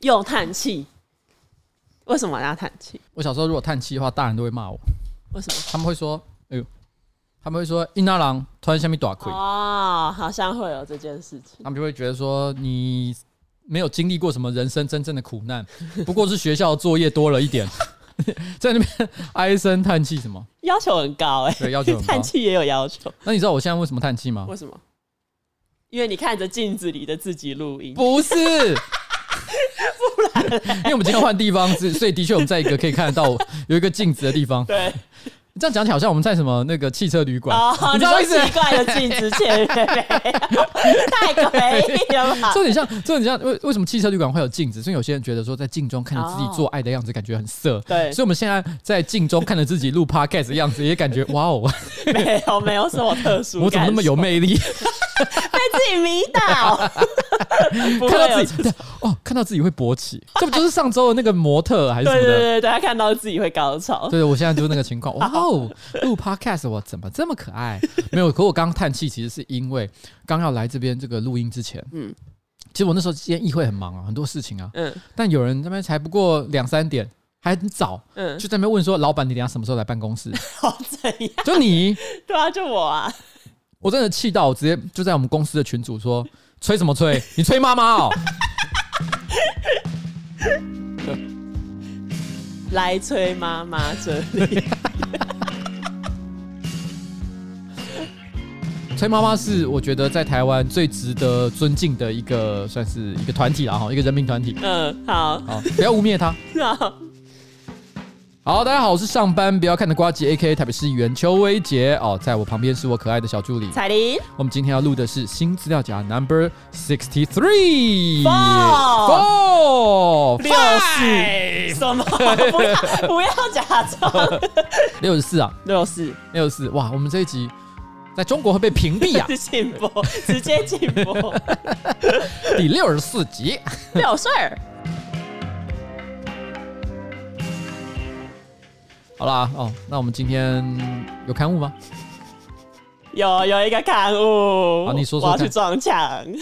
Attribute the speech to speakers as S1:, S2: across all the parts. S1: 又叹气。为什么要叹气？
S2: 我小时候如果叹气的话，大人都会骂我，
S1: 为什么？
S2: 他们会说：“哎呦，他们会说英大郎突然下面打亏。”
S1: 哦，好像会有这件事情。
S2: 他们就会觉得说你没有经历过什么人生真正的苦难，不过是学校作业多了一点， 在那边唉声叹气什么。
S1: 要求很高哎、
S2: 对要求很高
S1: 叹气也有要求，
S2: 那你知道我现在为什么叹气吗？
S1: 为什么？因为你看着镜子里的自己录音，
S2: 不是，因为我们今天换地方是，所以的确我们在一个可以看得到有一个镜子的地方。
S1: 对，
S2: 这样讲起来好像我们在什么那个汽车旅馆，
S1: 哦，
S2: 你知道
S1: 说
S2: 意思？
S1: 奇怪的镜子前面，太诡异了 吧？
S2: 这很像，这很像为为什么汽车旅馆会有镜子？所以有些人觉得说，在镜中看着自己做爱的样子，感觉很色。
S1: 对
S2: 所以我们现在在镜中看着自己录 podcast 的样子，也 感觉哇哦，
S1: 没有，没有什么特殊感受。
S2: 我怎么那么有魅 力？
S1: 被自己迷倒？不
S2: 看
S1: 会
S2: 到
S1: 有
S2: 自己哦，看到自己会勃起，这不就是上周的那个模特还是什
S1: 对
S2: 么
S1: 对
S2: 的？
S1: 对对，他看到自己会高潮。
S2: 对，我现在就是那 个情况。哇哦，录 podcast 我怎么这么可爱？没有，可我刚刚叹气，其实是因为刚要来这边这个录音之前，嗯
S1: 嗯，
S2: 其实我那时候今天议会很忙啊，很多事情啊，
S1: 嗯
S2: 但有人这边才不过两三点，还很早，
S1: 嗯，
S2: 就在那边问说，老板你等一下什么时候来办公室？
S1: 好怎样？
S2: 就你，
S1: 对啊，就我啊，
S2: 我真的气到我直接就在我们公司的群组说，吹什么吹？你吹妈妈哦！
S1: 来催妈妈 这里。
S2: 崔妈妈是我觉得在台湾最值得尊敬的一个，算是一个团体啦哈，一个人民团体。
S1: 嗯，好，
S2: 好，不要污蔑她。
S1: 好，
S2: 好，大家好，我是上班不要看的瓜吉 A K 台北市议员邱威杰哦，在我旁边是我可爱的小助理。
S1: 彩铃，
S2: 我们今天要录的是新资料夹 Number Sixty Three
S1: Four
S2: Four
S1: 六四什 么？不要不要假装。
S2: 六十四啊，
S1: 六四
S2: 六十四哇！我们这一集在中国会被屏蔽啊，
S1: 是禁 播，直接禁播。
S2: 第六十四集。
S1: 六岁儿，
S2: 好啦，哦，那我们今天有刊物吗？
S1: 有有一个刊物，
S2: 好你说说
S1: 我要
S2: 看
S1: 去撞墙。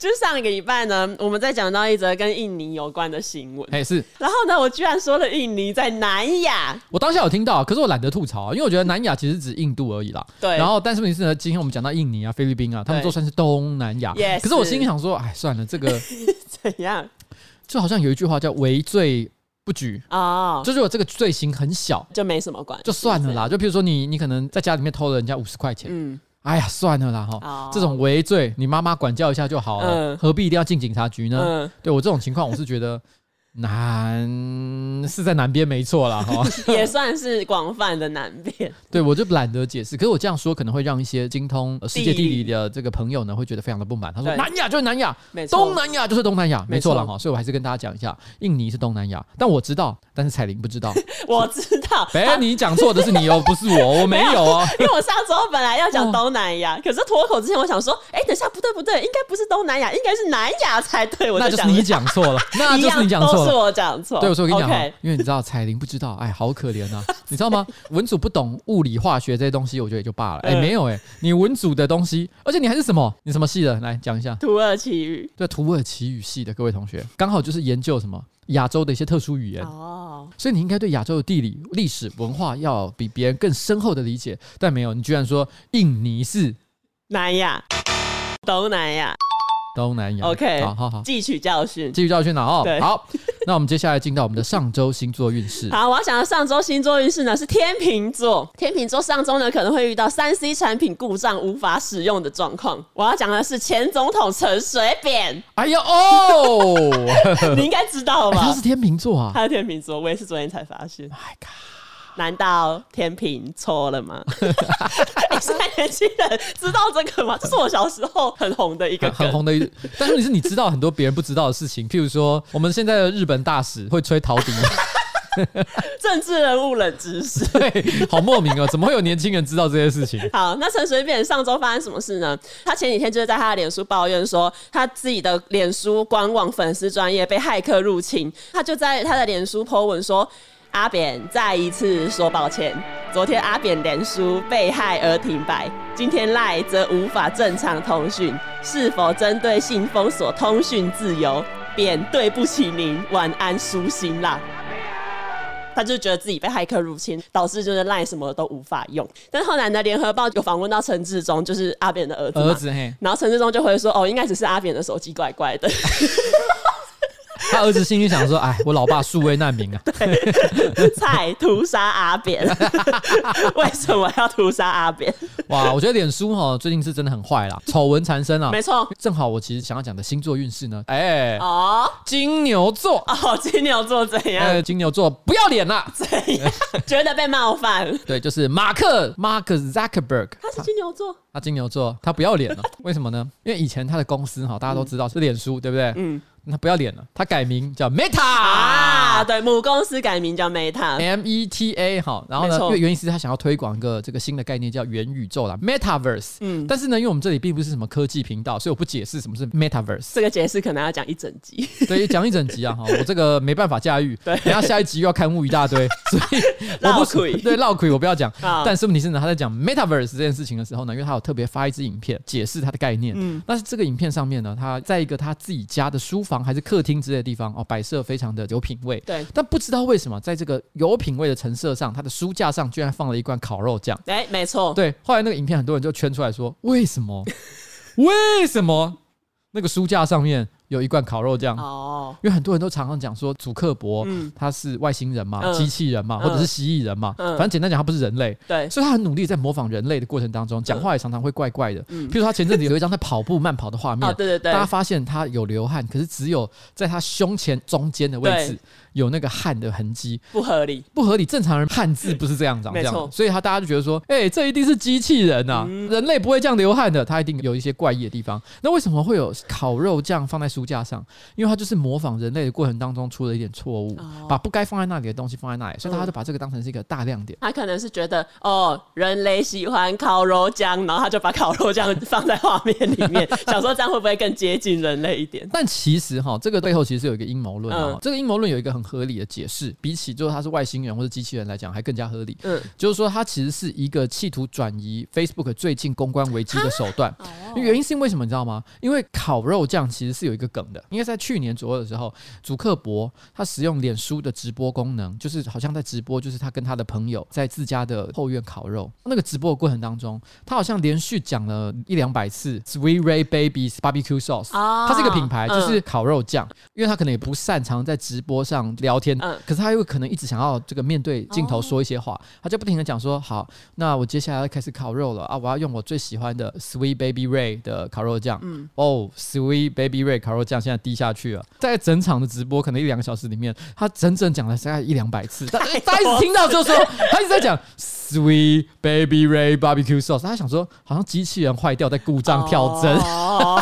S1: 就是上一个礼拜呢，我们在讲到一则跟印尼有关的新闻，
S2: 嘿，是
S1: 然后呢，我居然说了印尼在南亚，
S2: 我当下有听到，可是我懒得吐槽，因为我觉得南亚其实指印度而已啦。
S1: 对
S2: 然后，但是问题是呢，今天我们讲到印尼啊、菲律宾啊，他们
S1: 对
S2: 都算是东南亚。
S1: Yes
S2: 可是我心里想说，哎，算了，这个
S1: 怎样
S2: 就好像有一句话叫“为罪不举
S1: 哦”，，
S2: 就是我这个罪行很小，
S1: 就没什么关系，
S2: 就算了啦。就比如说你，你可能在家里面偷了人家五十块钱，
S1: 嗯，
S2: 哎呀，算了啦哈
S1: 哦。
S2: 这种为罪，你妈妈管教一下就好了，
S1: 嗯
S2: 何必一定要进警察局呢？
S1: 嗯，
S2: 对我这种情况，我是觉 得南是在南边没错啦 哈。
S1: 也算是广泛的南边，
S2: 对，我就懒得解释。可是我这样说可能会让一些精通呃世界地理的这个朋友呢，会觉得非常的不满。他说
S1: 对
S2: 南亚就是南亚，
S1: 没错，
S2: 东南亚就是东南亚，没
S1: 没
S2: 错
S1: 错
S2: 了哈。所以我还是跟大家讲一下，印尼是东南亚，但我知道，但是彩玲不知道。
S1: 我知道，
S2: 哎、你讲错的是你哦，不是我，我没有哦。
S1: 因为我上周本来要讲东南亚，可是脱口之前我想说，哎、等一下，不对不对，应该不是东南亚，应该是南亚才 对。我
S2: 那
S1: 就
S2: 就是
S1: 想
S2: 你讲错了，那
S1: 一
S2: 就是
S1: 样
S2: 你讲错
S1: 都是
S2: 了。
S1: 我讲错。
S2: 对，我说我跟你讲哦哈
S1: OK，
S2: 因为你知道彩玲不知道，哎，好可怜 呐、你知道吗？文组不懂物理化学这些东西，我觉得也就罢了。哎、
S1: 嗯
S2: 没有哎、你文组的东西，而且你还是什么？你什么系的？来讲一下。
S1: 土耳其语
S2: 对土耳其语系的各位同学，刚好就是研究什么亚洲的一些特殊语言，
S1: 哦，
S2: 所以你应该对亚洲的地理、历史、文化要比别人更深厚的理解。但没有，你居然说印尼是
S1: 南亚，东南亚，
S2: 东南亚。
S1: OK
S2: 好好好，
S1: 汲取教训。
S2: 继续教训了哦
S1: 对。
S2: 好，那我们接下来进到我们的上周星座运 势。
S1: 好，我要讲的上周星座运势呢是天秤座。天秤座上周呢可能会遇到三 C 产品故障无法使用的状况。我要讲的是前总统陈水 扁，
S2: 哎呀哦，
S1: 你应该知道
S2: 哎
S1: 吧？
S2: 他是天秤座啊。
S1: 他是天秤座，我也是昨天才发现。
S2: Oh My God
S1: 难道天平错了 吗？欸现在年轻人知道这个吗？这是我小时候很红的一个
S2: 很很
S1: 梗。
S2: 红的一，但是你是你知道很多别人不知道的事情，譬如说我们现在的日本大使会吹陶笛，
S1: 政治人物冷知识。
S2: 对，好莫名哦，怎么会有年轻人知道这些事情？
S1: 好，那陈水扁上周发生什么事呢？他前几天就是在他的脸书抱怨说，他自己的脸书官网粉丝专业被骇客入侵，他就在他的脸书 po 文说。阿扁再一次说抱歉，昨天阿扁脸书被害而停摆，今天赖则无法正常通讯，是否针对信封锁通讯自由？扁对不起您，晚安舒心啦。他就觉得自己被骇客入侵，导致就是赖什么都无法用。但是后来呢，联合报有访问到陈志忠，就是阿扁的儿子嘛，
S2: 儿子嘿，
S1: 然后陈志忠就会说：“哦，应该只是阿扁的手机怪怪 的。
S2: 他儿子心里想说：“哎，我老爸数位难民啊，
S1: 菜屠杀阿扁， 为什么要屠杀阿扁？
S2: 哇！”我觉得脸书哈最近是真的很坏啦，丑闻缠身啊。
S1: 没错，
S2: 正好我其实想要讲的星座运势呢，哎、
S1: 哦
S2: 金牛座，
S1: 哦，金牛座怎样？
S2: 哎，金牛座不要脸啦，
S1: 怎样？觉得被冒犯？
S2: 对，就是马克马克 Zuckerberg，
S1: 他是金牛座，
S2: 他金牛座，他不要 脸了，为什么呢？因为以前他的公司哈，大家都知道是脸书，对不对？嗯，他不要脸了，他改名叫 Meta
S1: 啊，对，母公司改名叫 Meta，
S2: M E T A 哈，然后呢
S1: 没，错
S2: 因为原因是他想要推广一个这个新的概念叫元宇宙啦，Metaverse。嗯，但是呢，因为我们这里并不是什么科技频道，所以我不解释什么是 Metaverse。
S1: 这个解释可能要讲一整集。
S2: 对，讲一整集啊哈，我这个没办法驾驭，
S1: 对
S2: 等一下下一集又要刊物一大堆， 所以我
S1: 绕啊
S2: 不
S1: 腿
S2: 对绕亏我不要讲。
S1: 好
S2: 但是问题是呢，他在讲 Metaverse 这件事情的时候呢，因为他有特别发一支影片解释它的概念。嗯，但是这个影片上面呢，他在一个他自己家的书房还是客厅之类的地方哦，摆设非常的有品味。
S1: 对，
S2: 但不知道为什么，在这个有品味的陈设上，他的书架上居然放了一罐烤肉酱。
S1: 哎，没错，
S2: 对，后来那个影片很多人就圈出来说， 为什么？为什么那个书架上面有一罐烤肉酱？
S1: 哦，
S2: 因为很多人都常常讲说，祖克伯、
S1: 嗯
S2: 他是外星人嘛，
S1: 嗯
S2: 机器人
S1: 嗯
S2: 嘛，或者是蜥蜴人嘛，
S1: 嗯哎
S2: 反正简单讲，他不是人类。
S1: 对，哦
S2: 所以他很努力在模仿人类的过程当中，讲话也常常会怪怪的。
S1: 嗯
S2: 譬如他前阵子有一张在跑步慢跑的画面，
S1: 哦，对对对
S2: 大，家发现他有流汗，可是只有在他胸前中间的位置
S1: 对
S2: 有那个汗的痕迹，
S1: 不合理，
S2: 不合理。正常人汗字不是这样长啊这
S1: 没
S2: 样
S1: 错嗯
S2: 的，所以他大家就觉得说，哎、这一定是机器人呐、人类不会这样流汗的，他一定有一些怪异的地方。那为什么会有烤肉酱放在书架上？因为他就是模仿人类的过程当中出了一点错误，
S1: 哦嗯
S2: 把不该放在那里的东西放在那里，所以大家就把这个当成是一个大亮点。
S1: 他可能是觉得哦，人类喜欢烤肉酱，然后他就把烤肉酱放在画面里 面，想说这样会不会更接近人类一点？
S2: 但其实哈，这个背后其实有一个阴谋论啊
S1: 嗯。
S2: 这个阴谋论有一个很合理的解释，比起就是他是外星人或者机器人来讲，还更加合理。
S1: 嗯，
S2: 就是说，它其实是一个企图转移 Facebook 最近公关危机的手段。原因是为什么你知道吗？因为烤肉酱其实是有一个梗的，应该在去年左右的时候，祖克伯他使用脸书的直播功能，就是好像在直播，就是他跟他的朋友在自家的后院烤肉。那个直播的过程当中，他好像连续讲了一两百次 Sweet Ray Babies Barbecue Sauce，、
S1: 啊
S2: 哦它是一个品牌，
S1: 嗯
S2: 就是烤肉酱。因为他可能也不擅长在直播上聊天，
S1: 嗯哦
S2: 可是他又可能一直想要这个面对镜头说一些话，他就不停的讲说：好，那我接下来要开始烤肉了啊！我要用我最喜欢的 Sweet Baby Ray 的烤肉酱。
S1: 嗯
S2: 哦、s w e e t Baby Ray 烤肉酱现在滴下去了，在整场的直播可能一两个小时里面，他整整讲了大概一两 百次，大
S1: 太多
S2: 大家一直听到就说他一直在讲 Sweet Baby Ray Barbecue Sauce，他想说好像机器人坏掉在故障跳针。
S1: 哦，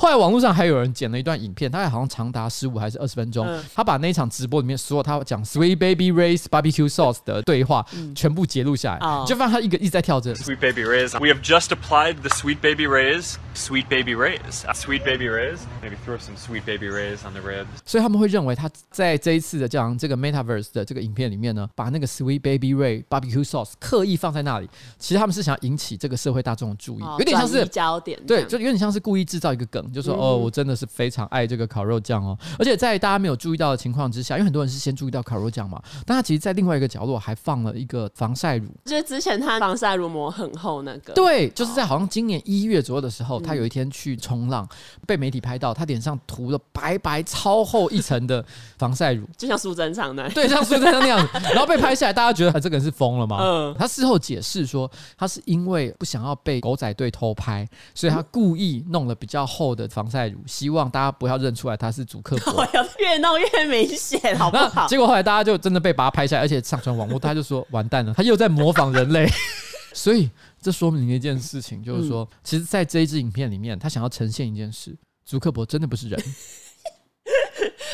S2: 后来网络上还有人剪了一段影片，大概好像长达十五还是二十分钟，
S1: 嗯
S2: 他把那一场直播里面所有他讲 Sweet Baby Ray's Barbecue Sauce 的对话、全部截录下来，
S1: 嗯哦
S2: 你就发现他一个一直在跳着
S3: Sweet Baby Rays. We have just applied the Sweet Baby Rays. Sweet Baby Rays. Sweet Baby Rays. Maybe throw some Sweet Baby Rays on the ribs.
S2: 所以他们会认为他在这一次的讲这个 Metaverse 的这个影片里面呢，把那个 Sweet Baby Ray Barbecue Sauce 刻意放在那里，其实他们是想要引起这个社会大众的注意，有点像
S1: 哦转
S2: 是
S1: 移焦点，
S2: 对，就有点像是故意制造一个梗，就说、哦，我真的是非常爱这个烤肉酱哦。而且在大家没有注意到的情况之下，因为很多人是先注意到烤肉酱嘛，但他其实在另外一个角落还放了一个防晒乳。
S1: 就是之前他防晒乳膜很厚那个，
S2: 对，就是在好像今年一月左右的时候，他有一天去冲浪，被媒体拍到他脸上涂了白白超厚一层的防晒乳。
S1: 就像苏贞昌那样，
S2: 对，像苏珊那样子，然后被拍下来，大家觉得、啊、这个人是疯了吗？
S1: 嗯
S2: 他事后解释说，他是因为不想要被狗仔队偷拍，所以
S1: 嗯
S2: 他故意弄了比较厚的防晒乳，希望大家不要认出来他是主客
S1: 我
S2: 博。
S1: 要越弄越明显，好不
S2: 那
S1: 好？
S2: 结果后来大家就真的被把他拍下来，而且上传网络，大家就说完蛋了，他又在模仿人类。 所以这说明一件事情，
S1: 嗯
S2: 就是说，其实，在这一支影片里面，他想要呈现一件事：祖克伯真的不是人。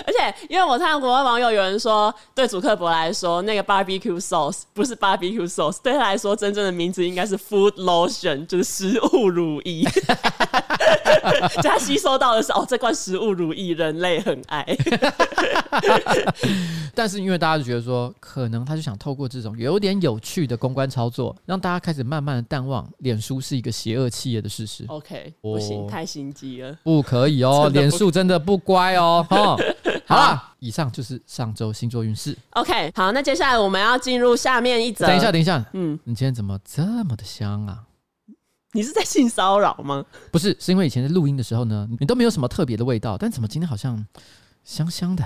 S1: 而且因为我看国外网友有人说，对主克伯来说，那个 barbecue sauce 不是 barbecue sauce，对他来说真正的名字应该是 food lotion，就是食物乳液。 就他吸收到的是哦，这罐食物如意，人类很爱。
S2: 但是因为大家就觉得说，可能他就想透过这种有点有趣的公关操作，让大家开始慢慢的淡忘脸书是一个邪恶企业的事实。
S1: OK，
S2: 哦
S1: 不行，太心机了。
S2: 不可以 哦，
S1: 真的不
S2: 脸书真的不乖 哦。哈，好了，以上就是上周星座运势。
S1: OK，好，那接下来我们要进入下面一则。
S2: 等一下，，等一下，
S1: 嗯，
S2: 你今天怎么这么的香啊？
S1: 你是在性骚扰吗？
S2: 不是，是因为以前在录音的时候呢，你都没有什么特别的味道，但怎么今天好像香香的？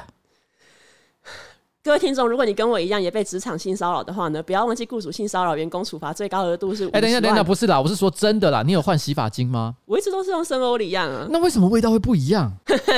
S1: 各位听众，如果你跟我一样也被职场性骚扰的话呢，不要忘记雇主性骚扰员工处罚最高额度是五
S2: 哎、等一下，等一下，
S1: 万。
S2: 不是啦，我是说真的啦，你有换洗发精吗？
S1: 我一直都是用生欧里漾啊，
S2: 那为什么味道会不一样
S1: 哼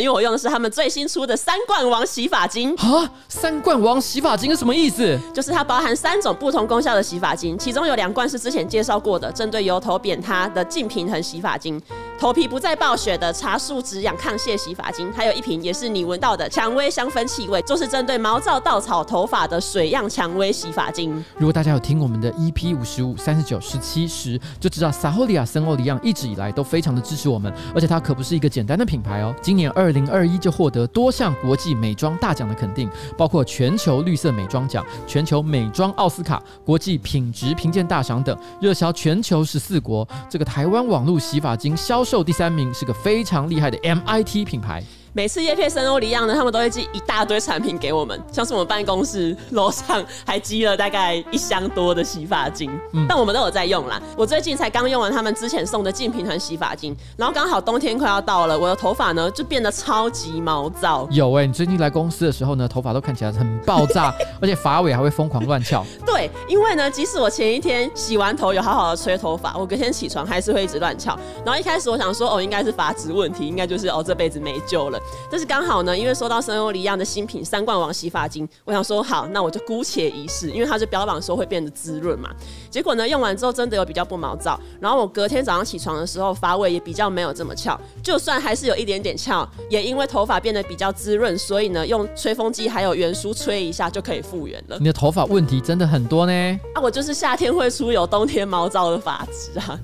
S1: 因为我用的是他们最新出的三冠王洗发精，
S2: 啊？三冠王洗发精是什么意思？
S1: 就是它包含三种不同功效的洗发精，其中有两罐是之前介绍过的针对油头扁塌的净平衡洗发精，头皮不再暴雪的茶树止痒抗屑洗发精，还有一瓶也是你闻到的蔷薇香氛气味，就是针对毛躁稻草头发的水漾蔷薇洗发精。
S2: 如果大家有听我们的 EP 五十五、三十九、十七、十，就知道萨霍利亚、森欧里漾一直以来都非常的支持我们，而且它可不是一个简单的品牌哦。今年二零二一就获得多项国际美妆大奖的肯定，包括全球绿色美妆奖、全球美妆奥斯卡、国际品质评鉴大赏等，热销全球十四国。这个台湾网络洗发精销售第三名，是个非常厉害的 MIT 品牌。
S1: 每次叶片生欧里漾呢，他们都会寄一大堆产品给我们，像是我们办公室楼上还积了大概一箱多的洗发精，但我们都有在用啦。我最近才刚用完他们之前送的净平衡洗发精，然后刚好冬天快要到了，我的头发呢就变得超级毛躁。
S2: 有哎、你最近来公司的时候呢，头发都看起来很爆炸，而且发尾还会疯狂乱翘。
S1: 对，因为呢，即使我前一天洗完头有好好的吹头发，我隔天起床还是会一直乱翘。然后一开始我想说，哦，应该是发质问题，应该就是哦这辈子没救了。但是刚好呢，因为收到森欧里漾的新品三冠王洗发精，我想说哦好，那我就姑且一试，因为它是标榜说会变得滋润嘛。结果呢，用完之后真的有比较不毛躁，然后我隔天早上起床的时候发尾也比较没有这么翘，就算还是有一点点翘，也因为头发变得比较滋润，所以呢，用吹风机还有圆梳吹一下就可以复原了。
S2: 你的头发问题真的很多呢。
S1: 啊，我就是夏天会出油，冬天毛躁的发质啊。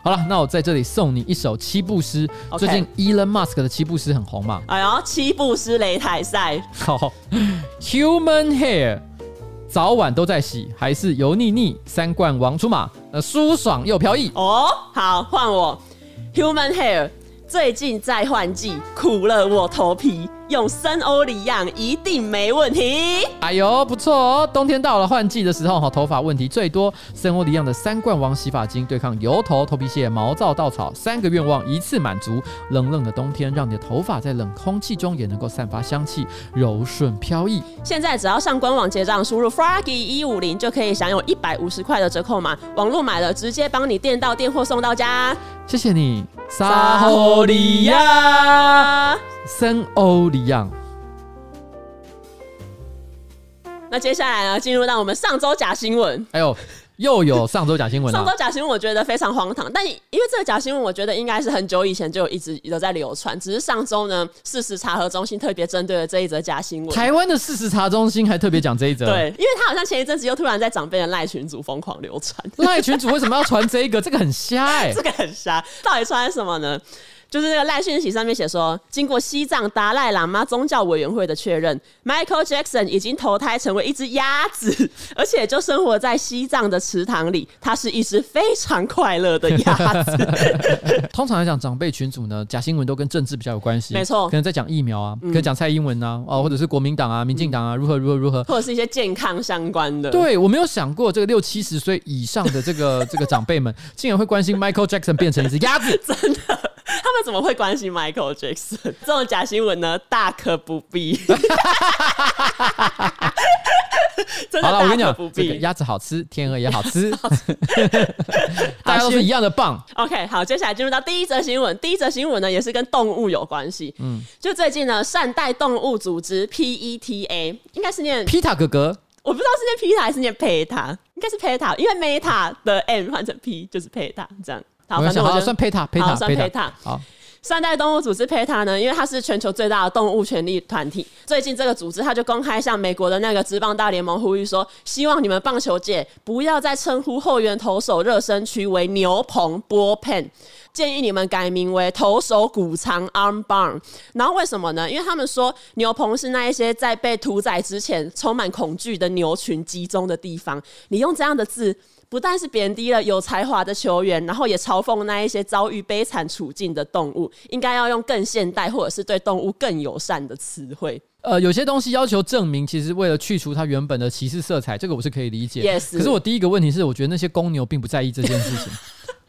S2: 好了，那我在这里送你一首七步诗。
S1: OK
S2: 最近 Elon Musk 的七步诗很红嘛？
S1: 哎呦，七步诗擂台赛，
S2: 好，Human Hair，早晚都在洗，还是油腻腻，三冠王出马，呃，舒爽又飘逸。
S1: 哦，好，换我。Human Hair 最近在换季，苦了我头皮，用深欧里漾一定没问题。
S2: 哎呦，不错哦！冬天到了换季的时候，哈，头发问题最多。森欧里漾的三冠王洗发精对抗油头、头皮屑、毛躁、稻草，三个愿望一次满足。冷冷的冬天，让你的头发在冷空气中也能够散发香气，柔顺飘逸。
S1: 现在只要上官网结账，输入 Froggy 一五零就可以享有一百五十块的折扣码，网络买了直接帮你电到店或送到家。
S2: 谢谢你，撒吼利亚，森欧里漾。
S1: 那接下来呢，进入到我们上周假新闻。
S2: 哎呦，又有上周假新闻啊
S1: 上
S2: 了
S1: 周。假新闻我觉得非常荒唐，但因为这个假新闻，我觉得应该是很久以前就有一直有在流传，只是上周呢，事实查核中心特别针对了这一则假新闻。
S2: 台湾的事实查中心还特别讲这一则。，
S1: 对，因为他好像前一阵子又突然在长辈的赖群组疯狂流传，
S2: 赖群主为什么要传这 一个？这个很瞎哎、
S1: 这个很瞎。到底传什么呢？就是那个赖讯息上面写说，经过西藏达赖喇嘛宗教委员会的确认，Michael Jackson 已经投胎成为一只鸭子，而且就生活在西藏的池塘里，它是一只非常快乐的鸭子。
S2: 通常来讲，长辈群组呢，假新闻都跟政治比较有关系。
S1: 没错嗯
S2: 可能在讲疫苗啊，可能讲蔡英文啊，哦，或者是国民党啊、民进党啊，如何如何如何。
S1: 或者是一些健康相关的。
S2: 对，我没有想过这个六七十岁以上的这个这个长辈们，竟然会关心 Michael Jackson 变成一只鸭子。
S1: 他们怎么会关心 Michael Jackson 这种假新闻呢？大可不必。 真的
S2: 好了，我
S1: 大
S2: 跟你
S1: 可
S2: 讲
S1: 不，
S2: 这个
S1: 必。
S2: 鸭子好吃，天鹅也好 吃， 大家都是一样的棒。
S1: OK，好，接下来进入到第一则新闻。第一则新闻呢，也是跟动物有关系。嗯，就最近呢，善待动物组织 PETA 应该是念，
S2: 皮塔哥哥，
S1: 我不知道是念 PETA 还是念 PETA，应该是 PETA，因为 Meta 的 M 换成 P 就是 PETA 这样。好，
S2: 我
S1: 反
S2: 想
S1: 正我
S2: 好
S1: 就
S2: 算 E 佩塔，佩塔，
S1: 好算 E
S2: 佩
S1: PETA
S2: 塔，好。
S1: 善待动物组织 PETA 呢，因为它是全球最大的动物权利团体。最近这个组织，它就公开向美国的那个职棒大联盟呼吁说，希望你们棒球界不要再称呼后援投手热身区为牛棚 bullpen。建议你们改名为投手骨长 arm bar。然后为什么呢？因为他们说牛棚是那一些在被屠宰之前充满恐惧的牛群集中的地方。你用这样的字。不但是贬低了有才华的球员，然后也嘲讽那一些遭遇悲惨处境的动物，应该要用更现代或者是对动物更友善的词汇。
S2: 呃，有些东西要求证明，其实为了去除它原本的歧视色彩，这个我是可以理解。
S1: Yes
S2: 可是我第一个问题是，我觉得那些公牛并不在意这件 事情，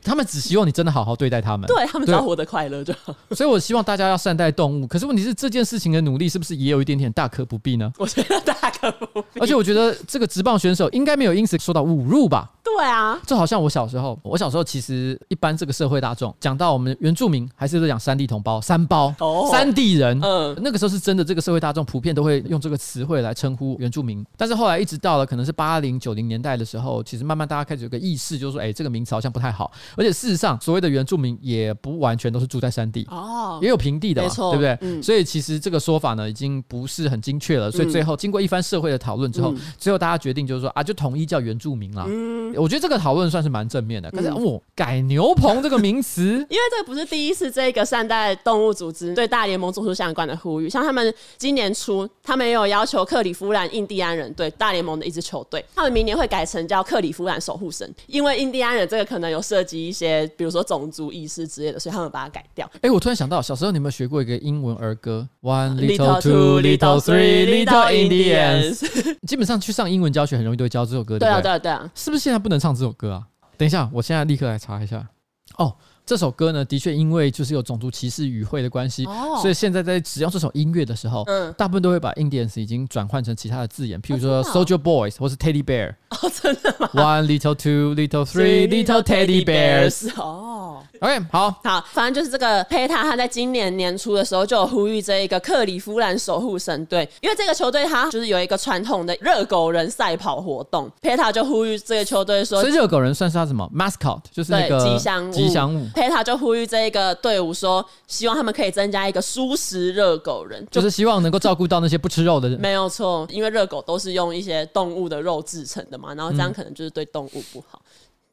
S2: 他们只希望你真的好好对待他们。
S1: 对他们只要活得快乐就好。
S2: 所以我希望大家要善待动物。可是问题是，这件事情的努力是不是也有一点点大可不必 呢？
S1: 我觉得大可不必。
S2: 而且我觉得这个职棒选手应该没有因此受到侮辱吧？
S1: 对啊，
S2: 这好像我小时候，我小时候其实一般这个社会大众讲到我们原住民，还是都讲山地同胞、山胞、
S1: 哦
S2: 山地人。
S1: 嗯
S2: 那个时候是真的，这个社会大众普遍都会用这个词汇来称呼原住民。但是后来一直到了可能是八零九零年代的时候，其实慢慢大家开始有个意识，就是说，哎，这个名词好像不太好。而且事实上，所谓的原住民也不完全都是住在山地。
S1: 哦，
S2: 也有平地的嘛，
S1: 没错
S2: 对不对？
S1: 嗯
S2: 所以其实这个说法呢，已经不是很精确了。所以最后经过一番社会的讨论之
S1: 嗯
S2: 后，最后大家决定就是说啊，就统一叫原住民啦。我觉得这个讨论算是蛮正面
S1: 嗯
S2: 的。可是哦，改牛棚这个名词
S1: 因为这不是第一次这个善待动物组织对大联盟做出相关的呼吁，像他们今年初，他们也有要求克利夫兰印第安人队大联盟的一支球队，他们明年会改成叫克利夫兰守护神，因为印第安人这个可能有涉及一些比如说种族意识之类的，所以他们把它改掉。
S2: 哎、我突然想到，小时候你有没有学过一个英文儿歌
S1: Uh,
S2: ？One
S1: Little
S2: little
S1: two,
S2: two,
S1: little
S2: little
S1: three, little
S2: three, little
S1: Indians
S2: Indians。基本上去上英文教学很容易都会教这首歌，
S1: 对
S2: 不
S1: 啊，
S2: 对？
S1: 对啊，对啊，
S2: 是不是现在不能唱这首歌啊？等一下，我现在立刻来查一下。哦，这首歌呢，的确因为就是有种族歧视语汇的关系，
S1: 哦
S2: 所以现在在只要这首音乐的时候，
S1: 嗯哦
S2: 大部分都会把 Indians 已经转换成其他的字眼，譬如说
S1: 真啊
S2: Soldier Boys 或是 Teddy Bear。
S1: 哦，真的吗
S2: One little, two little, three little teddy bears。
S1: 哦。
S2: OK，好，
S1: 好，反正就是这个佩塔，他在今年年初的时候就有呼吁这一个克里夫兰守护神队，因为这个球队它就是有一个传统的热狗人赛跑活动，佩塔就呼吁这个球队说
S2: 所以。这个狗人算是他什么 mascot，就是那
S1: 对
S2: 个
S1: 吉祥物，
S2: 吉祥物，
S1: 佩塔就呼吁这一个队伍说，希望他们可以增加一个舒适热狗人，就
S2: 就是希望能够照顾到那些不吃肉的人。
S1: 没有错，因为热狗都是用一些动物的肉制成的嘛，然后这
S2: 嗯
S1: 样可能就是对动物不好。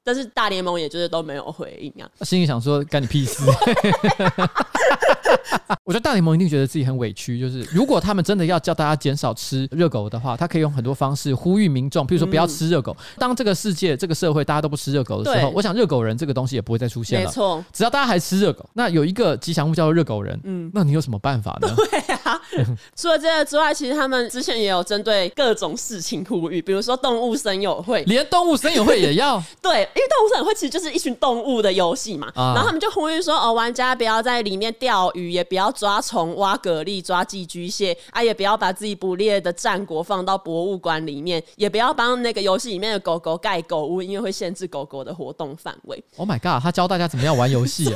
S1: 但是大联盟也就是都没有回应啊，
S2: 心里想说干你屁事。 我觉得大联盟一定觉得自己很委屈，就是如果他们真的要叫大家减少吃热狗的话，他可以用很多方式呼吁民众，譬如说不要吃热狗。当这个世界、这个社会大家都不吃热狗的时候，
S1: 嗯对
S2: 我想热狗人这个东西也不会再出现
S1: 没
S2: 了。
S1: 错，
S2: 只要大家还吃热狗，那有一个吉祥物叫做热狗人，嗯，那你有什么办法呢？
S1: 啊除了这个之外，其实他们之前也有针对各种事情呼吁，比如说动物森友会，
S2: 连动物森友会也 要
S1: 对，因为动物森友会其实就是一群动物的游戏嘛，
S2: 啊
S1: 然后他们就呼吁说，哦，玩家不要在里面钓鱼，也不要抓虫、挖蛤蜊、抓寄居蟹，啊，也不要把自己捕猎的战果放到博物馆里面，也不要帮那个游戏里面的狗狗盖狗屋，因为会限制狗狗的活动范围。
S2: ，Oh my god！他教大家怎么样玩游戏耶，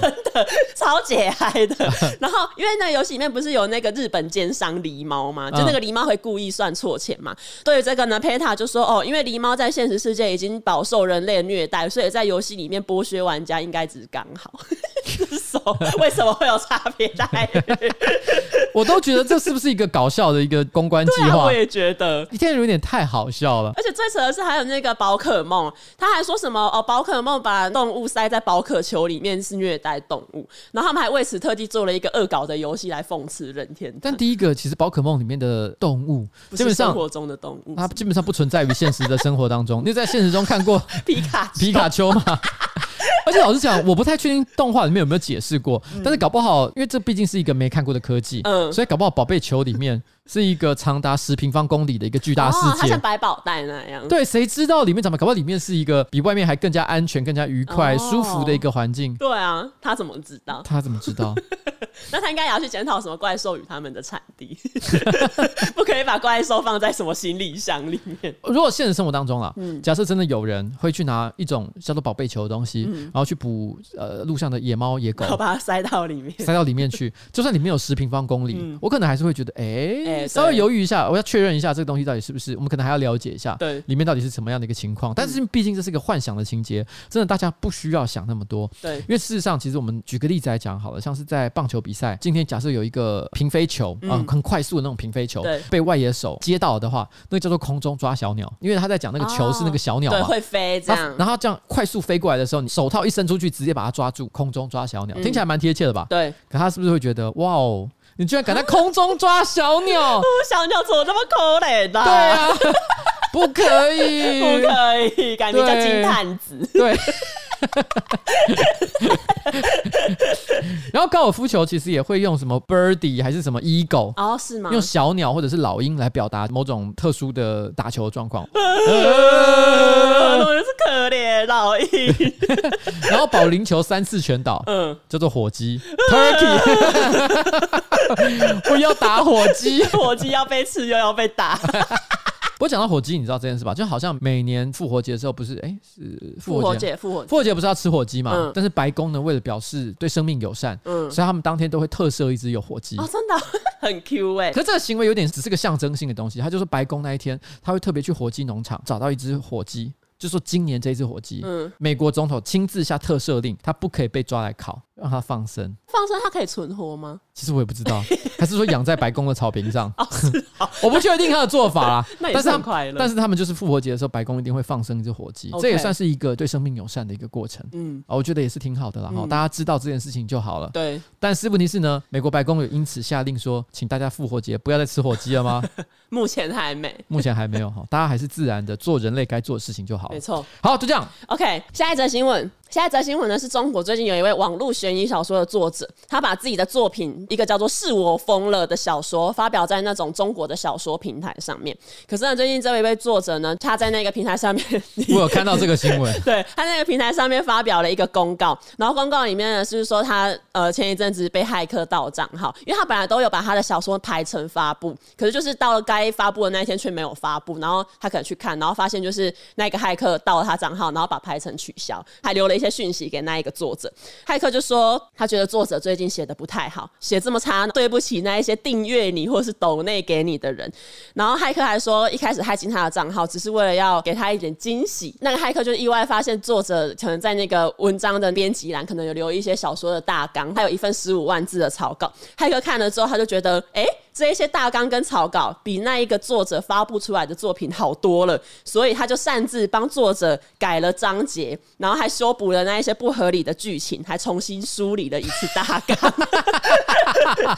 S1: 超解嗨的。 然后因为那个游戏里面不是有那个日本奸商狸猫
S2: 嗯
S1: 嘛，就那个狸猫会故意算错钱嘛。对于这个呢，佩塔就说哦，因为狸猫在现实世界已经饱受人类的虐待，所以在游戏里面剥削玩家应该只是刚好。 这首为什么会有差别待遇？
S2: 我都觉得这是不是一个搞笑的一个公关计
S1: 对啊，
S2: 划
S1: 我？也觉得。
S2: 一天有点太好笑了。
S1: 而且最扯的是，还有那个宝可梦，他还说什么哦，宝可梦把动物塞在宝可球里面是虐待动物，然后他们还为此特地做了一个恶搞的游戏来讽刺任天堂。
S2: 但第一个，其实宝可梦里面的动物，
S1: 不
S2: 基
S1: 是
S2: 本
S1: 生
S2: 上
S1: 活中的动物，
S2: 它基本上不存在于现实的生活当中。你有在现实中 看过
S1: 皮卡丘
S2: 皮卡 丘吗？而且老实讲，我不太确定动画里面有没有解释过，但是搞不好，因为这毕竟是一个没看过的科技，
S1: 嗯
S2: 所以搞不好宝贝球里面是一个长达十平方公里的一个巨大世
S1: 哦，它
S2: 界。
S1: 像百宝袋那样。
S2: 对，谁知道里面怎么？搞不好里面是一个比外面还更加安全、更加愉快、
S1: 哦
S2: 舒服的一个环境。
S1: 对啊，他怎么知道？
S2: 他怎么知道？
S1: 那他应该也要去检讨什么怪兽与他们的产地， 不可以把怪兽放在什么行李箱里面。
S2: 如果现实生活当中啊，
S1: 嗯
S2: 假设真的有人会去拿一种叫做宝贝球的东西，
S1: 嗯
S2: 然后去捕呃路上的野猫野狗
S1: 然，后把它塞到里面。
S2: 塞到里面去， 就算里面有十平方公里，我可能还是会觉得，哎、
S1: 哎
S2: 稍微
S1: 嗯对
S2: 犹豫一下，我要确认一下这个东西到底是不是，我们可能还要了解一下，
S1: 对嗯
S2: 里面到底是什么样的一个情况。但是毕竟这是一个幻想的情节，真的大家不需要想那么多。
S1: 对
S2: 因，为事实上，其实我们举个例子来讲好了，像是在棒球比赛，今天假设有一个平飞球啊、
S1: 嗯
S2: 很快速的那种平飞球
S1: 对，
S2: 被外野手接到的话，那个叫做空中抓小鸟，因为他在讲那个球是那个小鸟
S1: 对，
S2: 嘛。
S1: 会飞这
S2: 它
S1: 样
S2: 然。后它这样快速飞过来的时候，你手套一伸出去，直接把它抓住，空中抓小鸟，听起来蛮贴切的吧？
S1: 嗯对，
S2: 可他是不是会觉得，哇哦，你居然敢在空中抓 小鸟？
S1: 小鸟怎么那么可怜的？
S2: 对，啊， 不可以，
S1: 不可以，感觉叫金探子。
S2: 对。 然后高尔夫球其实也会用什么 birdie 还是什么 eagle，、
S1: 哦，是吗？
S2: 用小鸟或者是老鹰来表达某种特殊的打球状况。
S1: 嗯呃，我就是可怜啊老鹰。
S2: 然后保龄球三次全倒，
S1: 嗯，
S2: 叫做火 鸡 turkey，不要打火鸡。
S1: 火鸡要被吃又要被打，
S2: 不过讲到火鸡，你知道这件事吧？就好像每年复活节的时候，不是哎、是
S1: 复
S2: 复
S1: 活
S2: 活节啊。
S1: 节，复活节。
S2: 复活节不是要吃火鸡嘛？
S1: 嗯
S2: 但是白宫呢，为了表示对生命友善，
S1: 嗯
S2: 所以他们当天都会特设一只有火鸡。
S1: 哦，真的很 Q 哎、
S2: 可这个行为有点只是个象征性的东西，他就说白宫那一天他会特别去火鸡农场找到一只火鸡，就说今年这只火鸡，
S1: 嗯
S2: 美国总统亲自下特赦令，它不可以被抓来烤，让它放生。
S1: 放生它可以存活吗？
S2: 其实我也不知道，还是说养在白宫的草 坪上？我不确定他的做法啦
S1: 哦。那也
S2: 但
S1: 是
S2: 是他
S1: 很
S2: 们，
S1: 快乐。
S2: 但是他们就是复活节的时候，白宫一定会放生一只火鸡
S1: OK
S2: 这也算是一个对生命友善的一个过程。
S1: 嗯，
S2: 啊，我觉得也是挺好的啦，哈、
S1: 嗯
S2: 大家知道这件事情就好了。
S1: 对，
S2: 但是问题是呢，美国白宫有因此下令说，请大家复活节不要再吃火鸡了吗？
S1: 目前还没，
S2: 目前还没有哈， 大家还是自然的做人类该做的事情就好了
S1: 没。错。
S2: 好，就 这样。
S1: OK，下一则新闻，下一则新闻呢是中国最近有一位网络悬疑小说的作者，他把自己的作品一个叫做《是我疯了》的小说发表在那种中国的小说平台上面。可是呢，最近这一位作者呢，他在那个平台上面，，
S2: 我有看到这个新闻
S1: 对他那个平台上面发表了一个公告，然后公告里面呢是说他呃前一阵子被骇客盗账号，因为他本来都有把他的小说排成发布，可是就是到了该发布的那一天却没有发布，然后他可能去看，然后发现就是那个骇客盗了他账号，然后把排成取消，还留了一些讯息给那一个作者。骇客就说他觉得作者最近写的不太好，写这么差，对不起那一些订阅你或是抖内给你的人。然后骇客还说，一开始骇进他的账号，只是为了要给他一点惊喜。那个骇客就意外发现，作者可能在那个文章的编辑栏可能有留一些小说的大纲，还有一份十五万字的草稿。骇客看了之后，他就觉得，诶，这一些大纲跟草稿比那一个作者发布出来的作品好多了，所以他就擅自帮作者改了章节，然后还修补了那一些不合理的剧情，还重新梳理了一次大纲。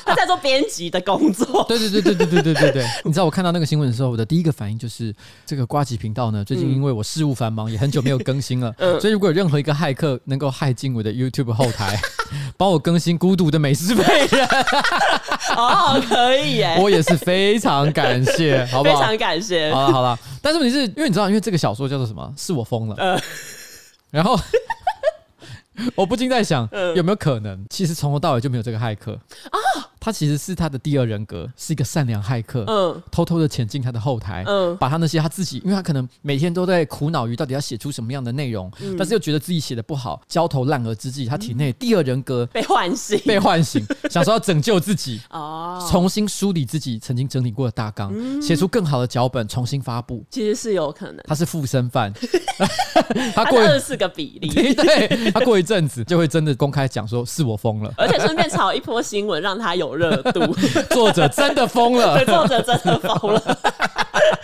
S1: 他在做编辑的工作。
S2: 对对对对对对对 对对。你知道我看到那个新闻的时候，我的第一个反应就是，这个瓜吉频道呢，最
S1: 嗯
S2: 近因为我事务繁忙，也很久没有更 新了，嗯所以如果有任何一个骇客能够骇进我的 YouTube 后 台，帮我更新《孤独的美食配人
S1: 哦，可以耶》，，
S2: 我也是非常感谢，好不
S1: 非
S2: 好？
S1: 常感谢。
S2: 好了好了，但是问题是因为你知道，因为这个小说叫做什么？是我疯了。
S1: 呃
S2: 然后 我不禁在想，
S1: 呃
S2: 有没有可能，其实从头到尾就没有这个骇客啊？他其实是他的第二人格，是一个善良骇客。
S1: 嗯，
S2: 偷偷的潜进他的后台，
S1: 嗯
S2: 把他那些他自己，因为他可能每天都在苦恼于到底要写出什么样的内容，
S1: 嗯
S2: 但是又觉得自己写的不好，焦头烂额之际，他体内第二人 格
S1: 被唤醒。
S2: 被唤醒，想说要拯救自己，
S1: 哦，嗯
S2: 重新梳理自己曾经整理过的大纲，写出更好的脚本，重新发布。
S1: 其实是有可能。
S2: 他是附 身犯，他
S1: 它
S2: 过
S1: 是二
S2: 一
S1: 十四个比例，
S2: 对，他过一阵子就会真的公开讲说是我疯了，
S1: 而且顺便炒一波新闻，让它有热度。
S2: 作者真的疯 了
S1: 对，。作者真的疯了。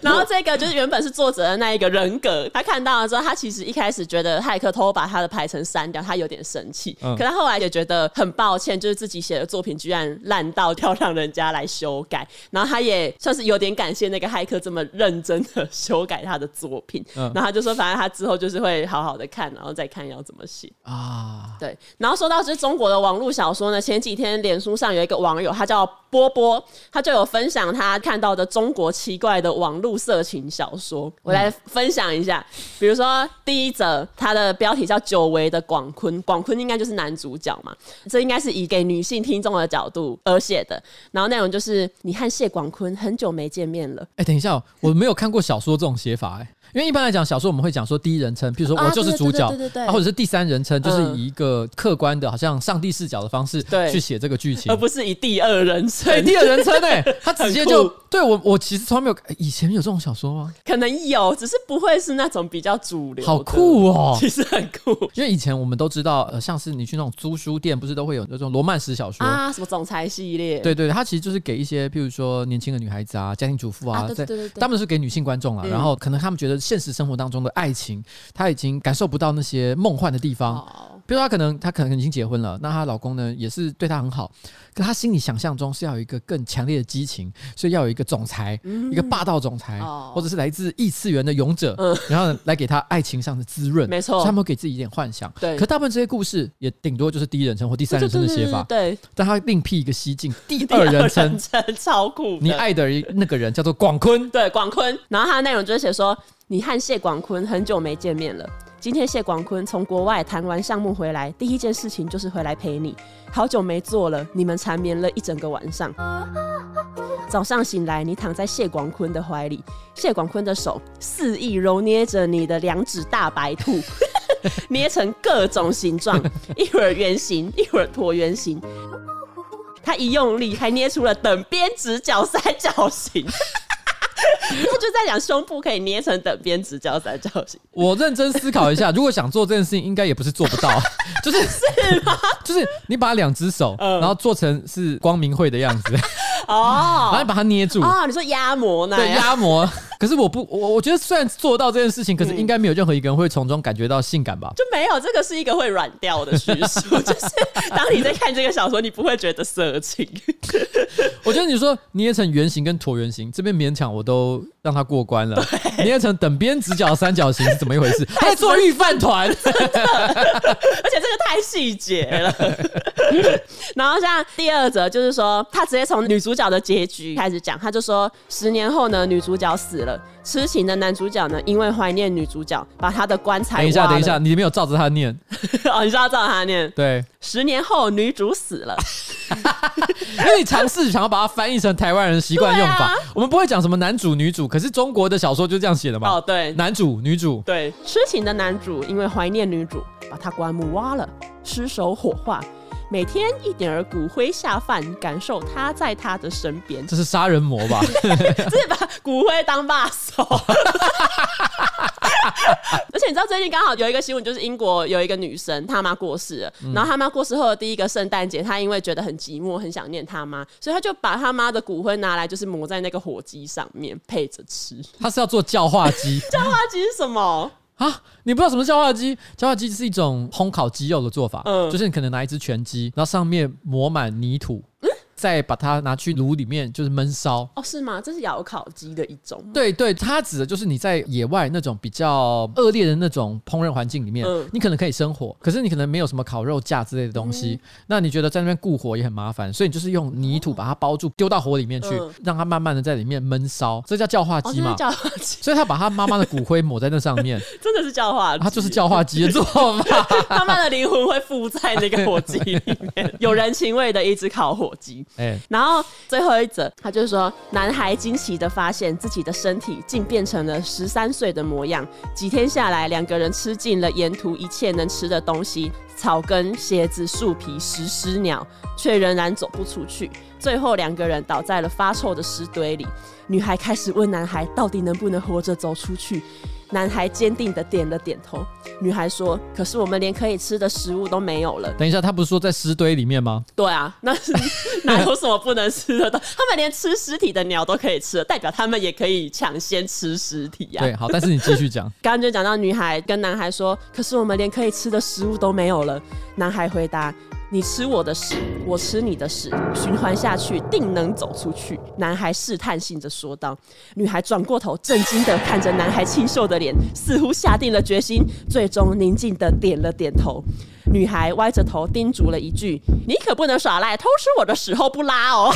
S1: 然后这个就是原本是作者的那一个人格，他看到了之后，他其实一开始觉得骇客偷把他的排程删掉，他有点生气。
S2: 嗯
S1: 可他后来也觉得很抱歉，就是自己写的作品居然烂到要让人家来修改。然后他也算是有点感谢那个骇客这么认真的修改他的作品。
S2: 嗯
S1: 然后他就说，反正他之后就是会好好的看，然后再看要怎么写。
S2: 啊，
S1: 对，然后说到就是中国的网络小说呢，前几天脸书上有一个网友，他叫波波，他就有分享他看到的中国奇怪的网络色情小说，我
S2: 嗯
S1: 来分享一下。比如说第一则，它的标题叫《久违的广坤》，广坤应该就是男主角嘛，这应该是以给女性听众的角度而写的。然后内容就是你和谢广坤很久没见面了，
S2: 哎，等一下哦，我没有看过小说这种写法哎。因为一般来讲，小说我们会讲说第一人称，譬如说
S1: 啊
S2: 我就是主角，
S1: 对对对对对对
S2: 啊或者是第三人称，就是
S1: 嗯
S2: 以一个客观的，好像上帝视角的方式
S1: 对啊
S2: 去写这个剧情
S1: 而。不是以第二人称
S2: 对，。第二人称哎，他直接就
S1: 很酷
S2: 对我我其实从来没有哎以前有这种小说吗？
S1: 可能有，只是不会是那种比较主流。
S2: 好酷哦
S1: 其实很酷
S2: 因为以前我们都知道，呃，像是你去那种租书店，不是都会有那种罗曼史小说。
S1: 啊！什么总裁系列？
S2: 对对，它其实就是给一些，譬如说年轻的女孩子啊、家庭主妇啊，
S4: 啊对对对对对嗯
S2: 他们是给女性观众啊。然后可能他们觉得现实生活当中的爱情，她已经感受不到那些梦幻的地方。
S4: 哦，
S2: 比如说她可能她可能已经结婚了，那她老公呢也是对她很好，可她心里想象中是要有一个更强烈的激情，所以要有一个总裁，
S1: 嗯
S2: 一个霸道总裁，
S4: 哦
S2: 或者是来自异次元的勇者，然后来给她爱情上的滋润。
S1: 嗯 没错
S2: 所以他们会给自己一点幻想。
S1: 对
S2: 可大部分这些故事也顶多就是第一人称或第
S1: 对
S2: 三人称的写法，
S1: 对，对
S2: 但他另辟一个蹊径，第
S1: 对
S2: 二
S1: 对
S2: 人
S1: 第二人
S2: 称。
S1: 称超酷的。
S2: 你爱的那个人叫做广坤，
S1: 对广坤，然后他的内容就是写说，你和谢广坤很久没见面了。今天谢广坤从国外谈完项目回来，第一件事情就是回来陪你。好久没做了，你们缠绵了一整个晚上。早上醒来，你躺在谢广坤的怀里，谢广坤的手肆意揉捏着你的两指大白兔， 捏成各种形状，一会儿圆形，一会儿椭圆形。他一用力，还捏出了等边直角三角形。 他就在讲胸部可以捏成等边直角三角形，
S2: 我认真思考一下，如 果想做这件事情，应该也不是做不到， 就是是吗？ 就是你把两只手，
S1: 嗯
S2: 然后做成是光明会的样子，然后
S1: 哦
S2: 你把它捏住，
S1: 哦，哎你说压模那
S2: 对，
S1: 样，
S2: 压模。可是 我不，我我觉得虽然做到这件事情，可是
S1: 嗯
S2: 应该没有任何一个人会从中感觉到性感吧？
S1: 就没有这个是一个会软掉的叙 述，就是当你在看这个小说，你不会觉得色情，
S2: 我觉得你说捏成圆形跟椭圆形，这边勉强我都让它过关了。捏成等边直角三角形是怎么一回 事？还做预饭团，
S1: 而且这个太细节了。 然后像第二则就是说，他直接从女主角的结局开始讲，他就说十年后呢，女主角死了，痴情的男主角呢，因为怀念女主角，把她的棺材
S2: 等一下，
S1: 挖
S2: 等一
S1: 了
S2: 下，，你没有照着他念，
S1: 哦，你知道照他 念，
S2: 对，
S1: 十年后女主死了，
S2: 因为你尝试想要把它翻译成台湾人习惯用法
S1: 对，啊
S2: 我们不会讲什么男主女主，可是中国的小说就这样写的嘛，
S1: 哦，对，
S2: 男主女主，
S1: 对，痴情的男主因为怀念女主，把她棺木挖了，尸首火化，每天一点儿骨灰下饭，感受她在他的身边，
S2: 这是杀人魔吧？
S1: 就是把 骨灰当把手。 而且你知道最近刚好有一个新闻，就是英国有一个女生，她妈过世了，然后她妈过世后的第一个圣诞节，她因为觉得很寂寞，很想念她妈，所以她就把她妈的骨灰拿来，就是抹在那个火鸡上面配着吃。
S2: 他是要做叫化鸡
S1: 叫花鸡是什么？
S2: 啊？你不知道什么叫化鸡？叫化鸡是一种烘烤鸡肉的做法，
S1: 嗯
S2: 就是你可能拿一只全鸡，然后上面抹满泥土，
S1: 嗯
S2: 再把它拿去炉里面就是焖烧。
S1: 哦，是吗？这是窑烤鸡的一种吗。
S2: 对对，它指的就是你在野外那种比较恶劣的那种烹饪环境里面，
S1: 嗯
S2: 你可能可以生火，可是你可能没有什么烤肉架之类的东西，
S1: 嗯
S2: 那你觉得在那边固火也很麻烦，所以你就是用泥土把它包住，丢到火里面去，
S1: 嗯
S2: 让它慢慢的在里面焖烧，这叫叫化
S1: 哦，
S2: 鸡
S1: 真
S2: 嘛。
S1: 的叫化鸡，
S2: 所以他把他妈妈的骨灰抹在那上面，
S1: 真的是叫化鸡，
S2: 他啊就是叫化鸡的做 法。
S1: 他 妈的灵魂会附在那个火鸡里 面，有人情味的一只烤火鸡。
S2: 哎、
S1: 然后最后一则，他就是说，男孩惊奇的发现自己的身体竟变成了十三岁的模样。几天下来，两个人吃尽了沿途一切能吃的东西，草根、鞋子、树皮、石狮鸟，却仍然走不出去。最后，两个人倒在了发臭的尸堆里。女孩开始问男孩，到底能不能活着走出去？男孩坚定的点了点头。女孩说：“可是我们连可以吃的食物都没有了。”
S2: 等一下，他不是说在尸堆里面吗？
S1: 对啊，那是哪有什么不能吃的？他们连吃尸体的鸟都可以吃了，代表他们也可以抢先吃尸体啊呀、
S2: 对，好，但是你继续讲。
S1: 刚刚就讲到女孩跟男孩说：“可是我们连可以吃的食物都没有了。”男孩回答：“你吃我的屎，我吃你的屎，循环下去定能走出去。”男孩试探性的说道。女孩转过头，震惊的看着男孩清秀的脸，似乎下定了决心，最终宁静的点了点头。女孩歪着头叮嘱了一句：“你可不能耍赖，偷吃我的屎后不拉哦！”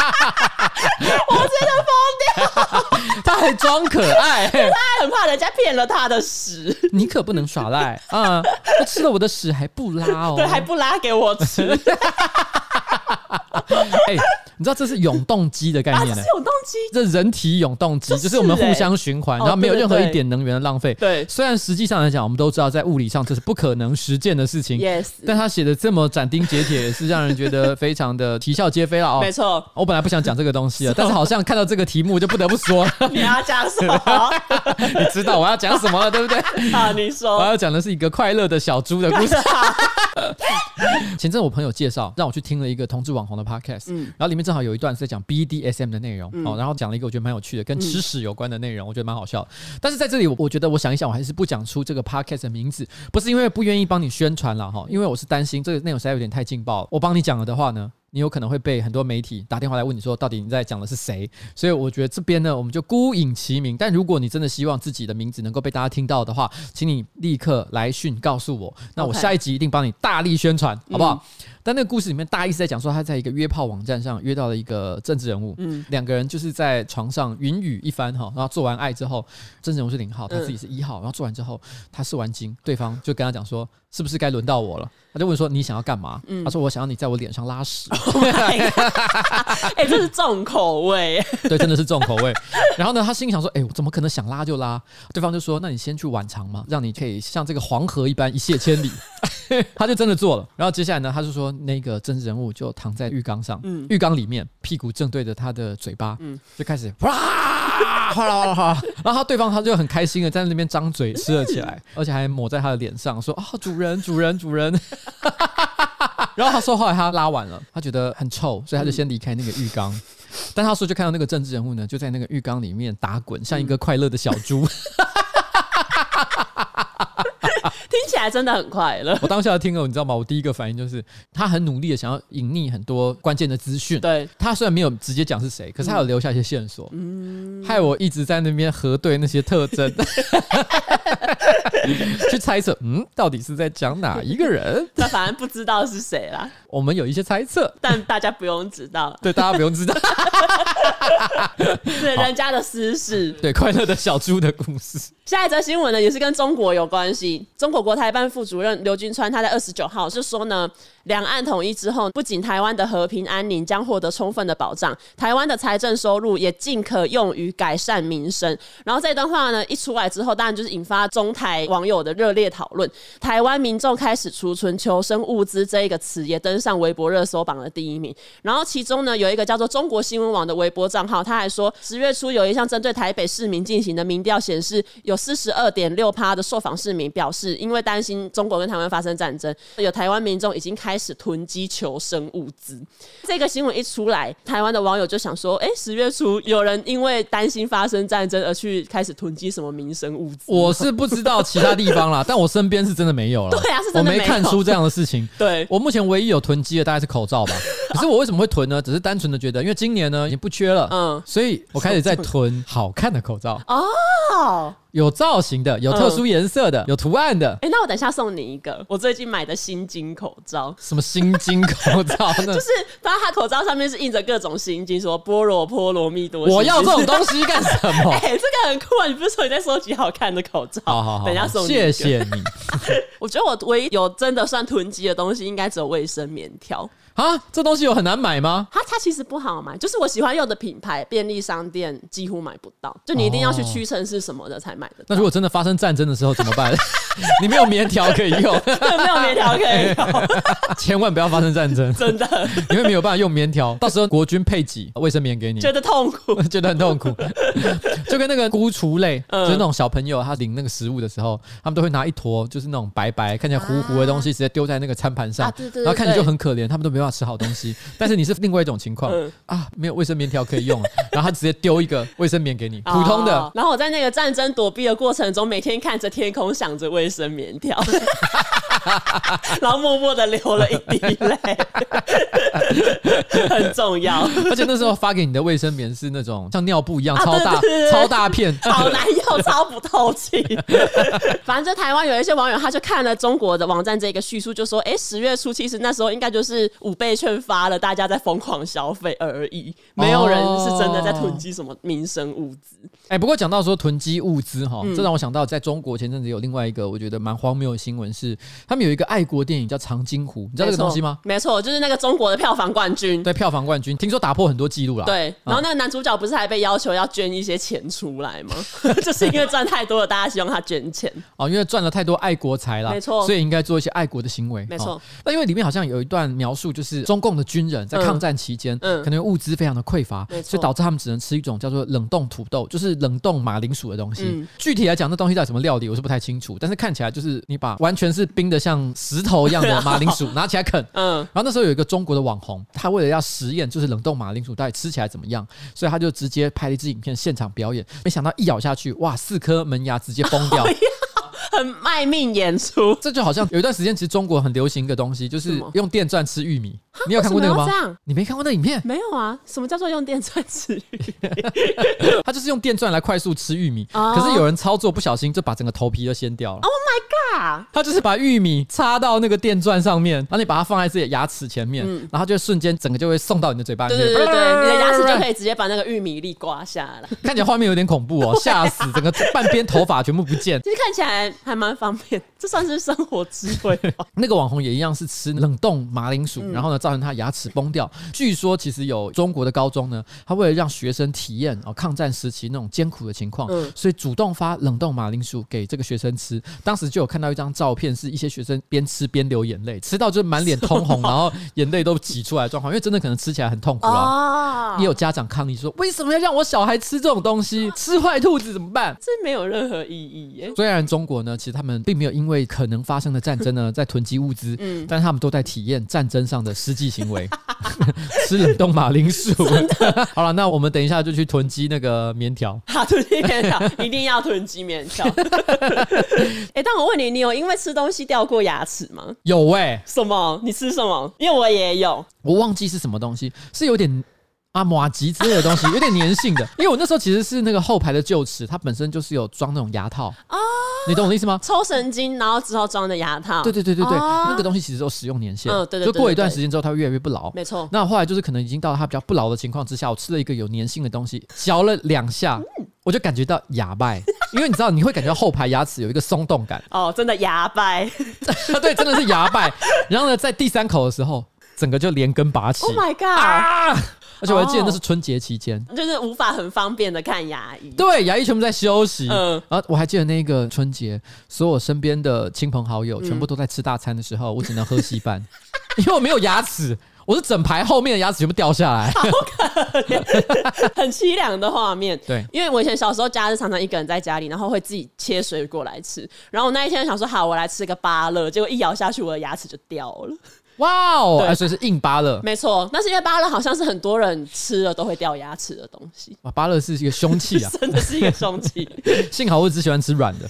S1: 我真的疯掉，
S2: 他还装可爱、
S1: 他很怕人家骗了他的屎。
S2: 你可不能耍赖啊！他吃了我的屎还不拉哦，
S1: 对，还不拉给我吃。
S2: 哎、你知道这是永动机的概
S1: 啊，这
S2: 念呢、
S1: 是永动机，
S2: 这人体永动机
S1: 这
S2: 就是我们
S1: 是欸
S2: 互相循环，
S1: 哦
S2: 然后没有
S1: 对对
S2: 任何一
S1: 对
S2: 点能源的浪费。
S1: 对
S2: 虽然实际上来讲，我们都知道在物理上这是不可能实践的事情
S1: ，yes，
S2: 但他写的这么斩钉截铁，是让人觉得非常的啼笑皆非了哦
S1: 没。错，哦
S2: 我本来不想讲这个东西啊，但是好像看到这个题目就不得不说，
S1: 你要讲什么？
S2: 你知道我要讲什么了，对不对？
S1: 好，你
S2: 我
S1: 说，
S2: 要讲的是一个快乐的小猪的故事。前阵我朋友介绍让我去听了一个同志网红的 podcast，、然后里面正好有一段是在讲 BDSM 的内容，哦，然后讲了一个我觉得蛮有趣的跟吃屎有关的内容，我觉得蛮好笑的。但是在这里，我我觉得我想一想，我还是不讲出这个 podcast 的名字，不是因为不愿意帮你宣传了哈，因为我是担心这个内容实在有点太劲爆了，我帮你讲了的话呢。你有可能会被很多媒体打电话来问你说，到底你在讲的是谁？所以我觉得这边呢，我们就孤影其名。但如果你真的希望自己的名字能够被大家听到的话，请你立刻来讯告诉我，那我
S1: OK
S2: 下一集一定帮你大力宣传，好不好？但那个故事里面，大意是在讲说，他在一个约炮网站上约到了一个政治人物，两个人就是在床上云雨一番哈，然后做完爱之后，政治人物是零号，他自己是一号，然后做完之后，他射完精，对方就跟他讲说，是不是该轮到我了？他就问说你想要干嘛？他说我想要你在我脸上拉屎，
S1: 哎，这是重口味，
S2: 对，真的是重口味。然后呢，他心里想说，哎、我怎么可能想拉就拉？对方就说，那你先去晚肠嘛，让你可以像这个黄河一般一泻千里。 他就真的做了。然后接下来呢，他就说那个真人物就躺在浴缸上，浴缸里面屁股正对着他的嘴巴，就开始哇。哗啦哗啦哗啦，然后他对方他就很开心的在那边张嘴吃了起来，而且还抹在他的脸上，说啊、主人主人主人， 然后他说后来他拉完了，他觉得很臭，所以他就先离开那个浴缸。但他说就看到那个政治人物呢，就在那个浴缸里面打滚，像一个快乐的小 猪。
S1: 听起来真的很快乐。
S2: 我当下听了，你知道吗？我第一个反应就是他很努力的想要隐匿很多关键的资讯。
S1: 对，
S2: 他虽然没有直接讲是谁，可是他有留下一些线索，害我一直在那边核对那些特 征，去猜测，嗯，到底是在讲哪一个人？
S1: 那反正不知道是谁啦，
S2: 我们有一些猜测，
S1: 但大家不用知道，
S2: 对大家不用 知道。
S1: 是人家的私事。
S2: 对，快乐的小猪的故事，
S1: 下一则新闻呢，也是跟中国有关系。中国国台办副主任刘军川，他在二十九号就说呢，两岸统一之后，不仅台湾的和平安宁将获得充分的保障，台湾的财政收入也尽可用于改善民生。然后这段话呢一出来之后，当然就是引发中台网友的热烈讨论。台湾民众开始储存求生物资这一个词也登上微博热搜榜的第一名。然后其中呢有一个叫做中国新闻网的微博账号，他还说，十月初有一项针对台北市民进行的民调显示，有四十二点六趴的受访市民表示，因为担心中国跟台湾发生战争，有台湾民众已经开始囤积求生物资。这个新闻一出来，台湾的网友就想说，哎，十月初有人因为担心发生战争而去开始囤积什么民生物资？
S2: 我是不知道其他地方啦，但我身边是真的没有了。
S1: 对啊是真的没
S2: 我
S1: 有
S2: 没看出这样的事情。
S1: 对
S2: 我目前唯一有囤积的大概是口罩吧。可是我为什么会囤呢？只是单纯的觉得，因为今年呢已经不缺了，
S1: 嗯
S2: 嗯，所以我开始在囤好看的口罩，
S1: 哦，
S2: 有造型的，有特殊颜色的，有图案的。
S1: 嗯哎、那我等一下送你一个，我最近买的新金口罩。
S2: 什么新金口罩？那
S1: 就是，反正它口罩上面是印着各种心经，说菠萝波罗蜜多心经。
S2: 我要这种东西干什 么
S1: 哎、？这个很酷啊！你不是说你在收集好看的口罩？
S2: 好好好，
S1: 等一下送你一
S2: 谢
S1: 个。
S2: 谢你
S1: 我觉得我唯一有真的算囤积的东西，应该只有卫生棉条。
S2: 啊！这东西有很难买吗？
S1: 它它其实不好买，就是我喜欢用的品牌，便利商店几乎买不到，就你一定要去
S2: 哦
S1: 屈臣氏什么的才买得到。
S2: 那 如果真的发生战争的时候怎么办？ 你没有棉条可以用，
S1: 没有棉条可以用，
S2: 千万不要发生战争，
S1: 真的
S2: 你会没有办法用棉条。到时候国军配给卫生棉给你，
S1: 觉得痛苦。
S2: 觉得很痛苦，就跟那个孤雏类，
S1: 嗯
S2: 就是那种小朋友他领那个食物的时候，他们都会拿一坨就是那种白白看起来糊糊的东西，直接丢在那个餐盘上，
S1: 啊对对对
S2: 然后看着
S1: 对
S2: 就很可怜，他们都没办法吃好东西。但是你是另外一种情 况、
S1: 嗯
S2: 啊，没有卫生棉条可以 用，然后他直接丢一个卫生棉给你，普通的。
S1: 哦然后我在那个战争躲避的过程中，每天看着天空，想着卫生棉 条，然后默默的流了一滴泪， 很重要。
S2: 而且那时候发给你的卫生棉是那种像尿布一样、
S1: 啊
S2: 超大
S1: 对对对
S2: 超大片，
S1: 好难又超不透 气。反正就台湾有一些网友，他就看了中国的网站这个叙述，就说：“哎、十月初其实那时候应该就是五倍券发了，大家在疯狂消费而已，没有人是真的在囤积什么民生物资。
S2: 哎、不过讲到说囤积物资哈，
S1: 嗯
S2: 这让我想到在中国前阵子有另外一个我觉得蛮荒谬的新闻是，他们有一个爱国电影叫《长津湖》，你知道这个东西吗？
S1: 没错，就是那个中国的票房冠军。
S2: 对，票房冠军，听说打破很多记录啦。
S1: 对，然后那个男主角不是还被要求要捐一些钱出来吗？ 就是因为赚太多了，大家希望他捐钱。
S2: 哦，因为赚了太多爱国财啦，
S1: 没错
S2: 所以应该做一些爱国的行为。
S1: 没错
S2: 哦那、因为里面好像有一段描述，就是中共的军人在
S1: 嗯
S2: 抗战期间，
S1: 嗯
S2: 可能物资非常的匮乏
S1: 没，错
S2: 所以导致他们只能吃一种叫做冷冻土豆，就是冷冻马铃薯的东西。
S1: 嗯
S2: 具体来讲，那东西到底什么料理，我是不太清楚，但是看起来就是你把完全是冰的像石头一 样的马铃薯拿起来啃，
S1: 嗯，
S2: 然后那时候有一个中国的网红，他为了要实验，就是冷冻马铃薯到底吃起来怎么样，所以他就直接拍了一支影片现场表演。没想到一咬下去，哇，四颗门牙直接崩 掉。
S1: 很卖命演出。
S2: 这就好像有一段时间，其实中国很流行一个东西，就
S1: 什
S2: 是
S1: 么
S2: 用电钻吃玉米。你有看过那个
S1: 为什么要这
S2: 吗
S1: 样？
S2: 你没看过那影片？
S1: 没有啊，什么叫做用电钻吃鱼？
S2: 他就是用电钻来快速吃玉米，
S1: 哦
S2: 可是有人操作不小心就把整个头皮都掀掉了。
S1: 啊，
S2: 他就是把玉米插到那个电钻上面，然后你把它放在自己的牙齿前面，然后它就瞬间整个就会送到你的嘴巴里
S1: 对
S2: 面。
S1: 嗯对对对，你的牙齿就可以直接把那个玉米粒刮下来。
S2: 看起来画面有点恐怖哦，吓死！整个半边头发全部不见。
S1: 其实看起来还蛮方便，这算是生活智慧吧。
S2: 那个网红也一样是吃冷冻马铃薯，然后呢造成他牙齿崩掉。据说其实有中国的高中呢，他为了让学生体验哦抗战时期那种艰苦的情况，
S1: 嗯
S2: 所以主动发冷冻马铃薯给这个学生吃。当时就有看到一张照片，是一些学生边吃边流眼泪，吃到就是满脸通红，然后眼泪都挤出来的状况，因为真的可能吃起来很痛苦啦。
S1: 哦
S2: 也有家长抗议说，为什么要让我小孩吃这种东西？吃坏肚子怎么办？
S1: 这没有任何意义耶。
S2: 虽然中国呢，其实他们并没有因为可能发生的战 争呢，在囤积物资，
S1: 嗯
S2: 但是他们都在体验战争上的实际 行为，吃冷冻马铃薯。 好了，那我们等一下就去囤积那个棉条。
S1: 好，囤积面条一定要囤积面条。 哎，但我问你，你有因为吃东西掉过牙齿吗？
S2: 有喂、
S1: 什么？你吃什么？因为我也有。
S2: 我忘记是什么东西，是有点。阿马吉之类的 东西，有点粘性的，因为我那时候其实是那个后排的臼齿，它本身就是有装那种牙套
S1: 哦
S2: 你懂我的意思吗？
S1: 抽神经，然后之后装的牙套。
S2: 对对对对对，
S1: 哦
S2: 那个东西其实有使用年限，
S1: 嗯对对
S2: 就
S1: 对
S2: 过
S1: 对
S2: 一段
S1: 对
S2: 时间之后，它会越来越不老。
S1: 没错
S2: 那后来就是可能已经到它比较不老的情况之下，我吃了一个有粘性的东西，嚼了两下，我就感觉到牙败，因为你知道你会感觉到后排牙齿有一个松 动感，
S1: 哦，真的牙 掰。
S2: 对，真的是牙败。然后呢，在第三口的时候，整个就连根拔起
S1: Oh my god！、
S2: 啊！而且我还记得那是春节期间。
S1: 就是无法很方便的看牙医。
S2: 对，牙医全部在休息。嗯
S1: 嗯，
S2: 然后我还记得那个春节，所有身边的亲朋好友全部都在吃大餐的时候，我只能喝稀 饭，因为我没有牙齿，我是整排后面的牙齿全部掉下 来。
S1: 很凄凉的画面。
S2: 对
S1: 因为我以前小时候假日常常一个人在家里，然后会自己切水果来吃。然后我那一天想说，好，我来吃个芭乐，结果一咬下去，我的牙齿就掉 了。
S2: 哇哦，
S1: 对
S2: 哎所以是硬芭乐。
S1: 没错，但是因为芭乐好像是很多人吃了都会掉牙齿的东西，！
S2: 哇，芭乐是一个凶器啊
S1: 真的是一个凶器。
S2: 幸好我只喜欢吃 软的。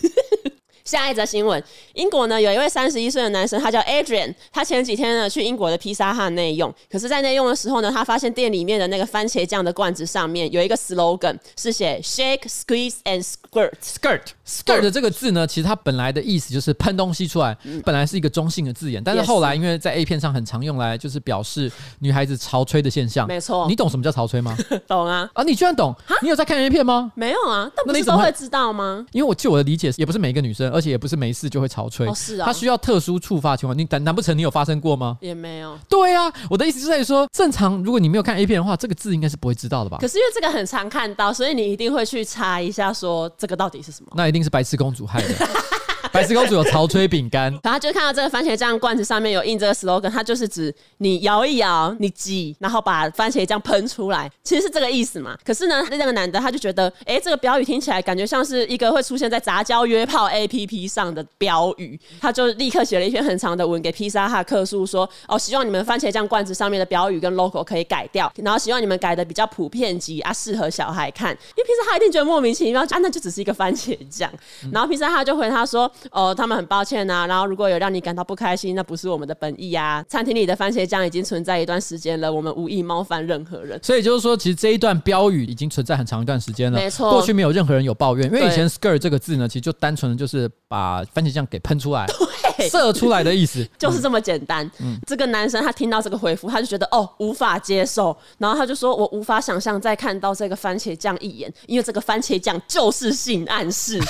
S1: 下一则新闻，英国呢有一位三十一岁的男生，他叫 Adrian，他前几天呢去英国的披萨汉内用，可是，在内用的时候呢，他发现店里面的那个番茄酱的罐子上面有一个 slogan 是写 Shake, Squeeze and Squirt。
S2: skirt skirt 这个字呢，其实它本来的意思就是喷东西出来，本来是一个中性的字眼，但是
S1: 嗯 Yes
S2: 后来因为在 A 片上很常用来就是表示女孩子潮吹的现象。
S1: 没错
S2: 你懂什么叫潮 吹吗？
S1: 懂啊？
S2: 啊，你居然懂？你有在看 A 片吗？
S1: 没有啊，但不
S2: 那你
S1: 是
S2: 怎么
S1: 都
S2: 会
S1: 会知道吗？
S2: 因为我据我的理解，也不是每一个女生，而且也不是没事就会潮吹，
S1: 哦是啊
S2: 她需要特殊触发情况，你难难不成你有发生过吗？
S1: 也没有。
S2: 对啊，我的意思就在于说，正常如果你没有看 A 片的话，这个字应该是不会知道的吧
S1: 可？是因为这个很常看到，所以你一定会去查一下，说这个到底是什么。
S2: 那一定是白痴公主 害的。白痴公主有潮吹饼干，
S1: 然后就看到这个番茄酱罐子上面有印这个 slogan，它就是指你摇一摇，你挤，然后把番茄酱喷出来，其实是这个意思嘛。可是呢，那个男的他就觉得，哎，这个标语听起来感觉像是一个会出现在杂交约炮 APP 上的标语，他就立刻写了一篇很长的文给披萨哈客诉说，哦，希望你们番茄酱罐子上面的标语跟 logo 可以改掉，然后希望你们改的比较普遍级啊，适合小孩看，因为披萨哈一定觉得莫名其妙，啊，那就只是一个番茄酱。然后披萨哈就回他说，哦，他们很抱歉呐、然后如果有让你感到不开心，那不是我们的本意呀、餐厅里的番茄酱已经存在一段时间了，我们无意冒犯任何人。
S2: 所以就是说，其实这一段标语已经存在很长一段时间了。
S1: 没错
S2: 过去没有任何人有抱怨，因为
S1: 对
S2: 以前 “skirt” 这个字呢，其实就单纯的就是把番茄酱给 喷出来、
S1: 嘿
S2: 射出来的意思。
S1: 就是这么简单。
S2: 嗯
S1: 这个男生他听到这个回复，他就觉得哦无法接受，然后他就说：“我无法想象再看到这个番茄酱一眼，因为这个番茄酱就是性暗 示。”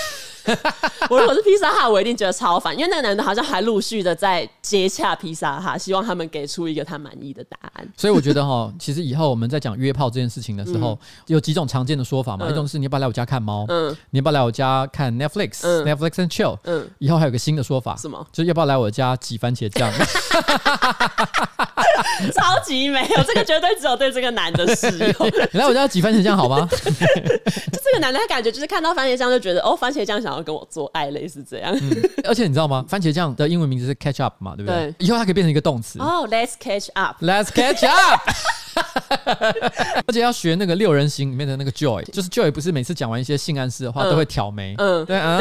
S1: 我如果是披萨哈，我一定觉得超烦，因为那个男的好像还陆续的在接洽披萨哈，希望他们给出一个他满意的答案。
S2: 所以我觉得哈，其实以后我们在讲约炮这件事情的时候，有几种常见的说法嘛。一种是你要不要来我家看猫？
S1: 嗯
S2: 你要不要来我家看 Netflix？Netflix、
S1: 嗯
S2: Netflix and chill。
S1: 嗯
S2: 以后还有个新的说法，
S1: 什么
S2: 就是要不要来我家挤番茄 酱？
S1: 超级没有，这个绝对只有对这个男的适 用。
S2: 你来我家挤番茄酱好吗？
S1: 这个男的他感觉就是看到番茄酱就觉得哦，番茄酱想要跟我做爱，类似这样。
S2: 而且你知道吗？番茄酱的英文名字是 catch up 嘛，对不对？
S1: 对
S2: 以后它可以变成一个动词。
S1: 哦、l e t s catch up。
S2: Let's catch up 。而且要学那个六人行里面的那个 Joy，就是 Joy 不是每次讲完一些性暗示的话、
S1: 嗯
S2: 都会挑眉，
S1: 嗯
S2: 对啊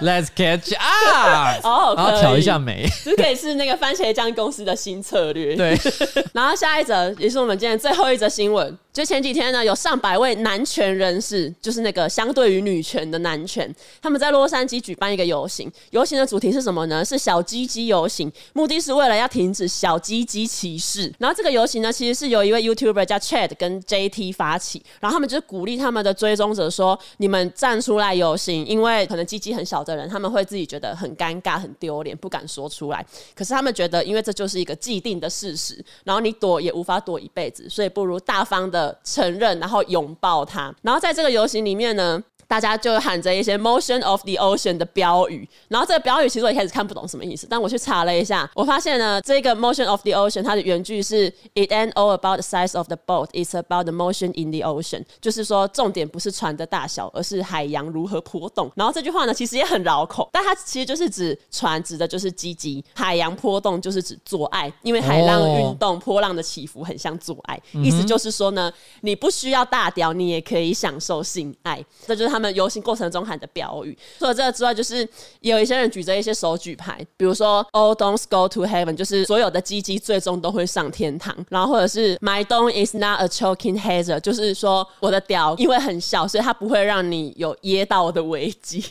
S2: ，Let's catch up，
S1: 哦
S2: 然
S1: 可
S2: 后
S1: 以
S2: 挑一 下眉，
S1: 这可以是那个番茄酱公司的新策略。
S2: 对，
S1: 然后下一则也是我们今天最后一则新闻，就前几天呢，有上百位男权人士，就是那个相对于女权的男权，他们在洛杉矶举办一个游行，游行的主题是什么呢？是小鸡鸡游行，目的是为了要停止小鸡鸡歧视。然后这个游行呢，其实是由一位 YouTuber 叫 Chad 跟 JT 发起，然后他们就是鼓励他们的追踪者说，你们站出来游行，因为可能鸡鸡很小的人，他们会自己觉得很尴尬、很丢脸，不敢说出来。可是他们觉得，因为这就是一个既定的事实，然后你躲也无法躲一辈子，所以不如大方的承认，然后拥抱它。然后在这个游行里面呢。大家就喊着一些 “motion of the ocean” 的标语，然后这个标语其实我一开始看不懂什么意思，但我去查了一下，我发现呢，这个 “motion of the ocean” 它的原句是 “It ain't all about the size of the boat, it's about the motion in the ocean”，就是说重点不是船的大小，而是海洋如何波动。然后这句话呢，其实也很绕口，但它其实就是指船指的就是积极，海洋波动就是指做爱，因为海浪
S2: 哦嗯
S1: 运动、波浪的起伏很像做爱，意思就是说呢，你不需要大屌，你也可以享受性爱，这就是他们游行过程中喊的标语。除了这个之外，就是也有一些人举着一些手举牌，比如说 “All don'ts go to heaven”，就是所有的鸡鸡最终都会上天堂，然后或者是 “My dong is not a choking hazard”，就是说我的屌因为很小，所以它不会让你有噎到的危 机。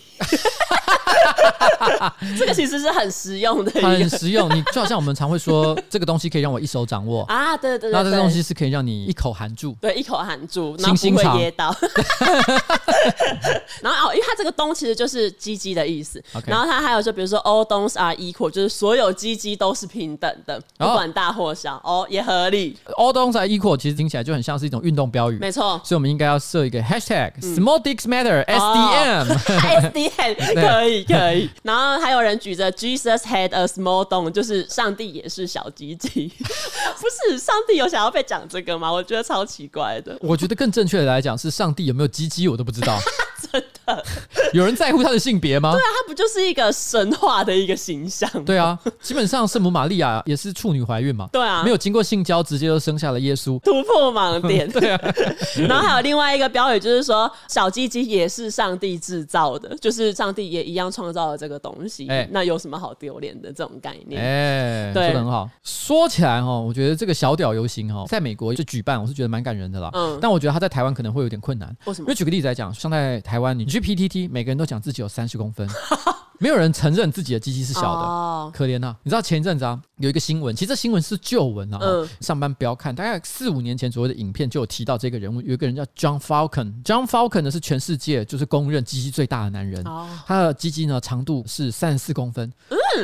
S1: 这个其实是很实用的一
S2: 很
S1: 个
S2: 实用。你就好像我们常会说，这个东西可以让我一手掌握，
S1: 啊，对对对
S2: 那
S1: 对，
S2: 这东西是可以让你一口含住。
S1: 对，一口含住，然
S2: 清
S1: 后
S2: 新
S1: 不会
S2: 肠
S1: 噎到。 然后哦，因为它这个“东”其实就是“鸡鸡”的意思。
S2: OK
S1: 然后它还有就比如说 “all don'ts are equal”，就是所有鸡鸡都是平等的，不
S2: 哦
S1: 管大或小。哦，也合 理，
S2: All d o n s are equal，其实听起来就很像是一种运动标语。
S1: 没错。嗯
S2: 所以我们应该要设一个 hashtag small dicks matter
S1: 哦
S2: SDM，、
S1: 哎 S D N 可以可以，然后还有人举着 Jesus had a small dong，就是上帝也是小鸡鸡， 不是上帝有想要被讲这个吗？我觉得超奇怪的。
S2: 我觉得更正确的来讲是，上帝有没有鸡鸡我都不 知道。真的，有人在乎他的性别吗？
S1: 那它不就是一个神话的一个形象吗？
S2: 对啊，基本上圣母玛利亚也是处女怀孕嘛，
S1: 对啊
S2: 没有经过性交直接就生下了耶稣。
S1: 突破盲点。
S2: 对啊，
S1: 然后还有另外一个标语，就是说小鸡鸡也是上帝制造的，就是上帝也一样创造了这个东西，
S2: 哎
S1: 那有什么好丢脸的这种概念？
S2: 哎、说
S1: 对
S2: 的很好。说起来哈，我觉得这个小屌游行哈，在美国就举办，我是觉得蛮感人的啦。
S1: 嗯
S2: 但我觉得他在台湾可能会有点困难。
S1: 为什么
S2: 因为举个例子来讲，像在台湾，你去 PTT，每个人都讲自己有三十公 分，没有人承认自己的鸡鸡是小的。
S1: 哦
S2: 可怜呐、你知道前一阵子啊，有一个新闻，其实这新闻是旧闻啊，
S1: 嗯
S2: 上班不要看，大概四五年前左右的影片就有提到这个人物，有一个人叫 John Falcon。John Falcon 呢是全世界就是公认鸡鸡最大的男人，
S1: 哦嗯
S2: 他的鸡鸡呢长度是三十四公分。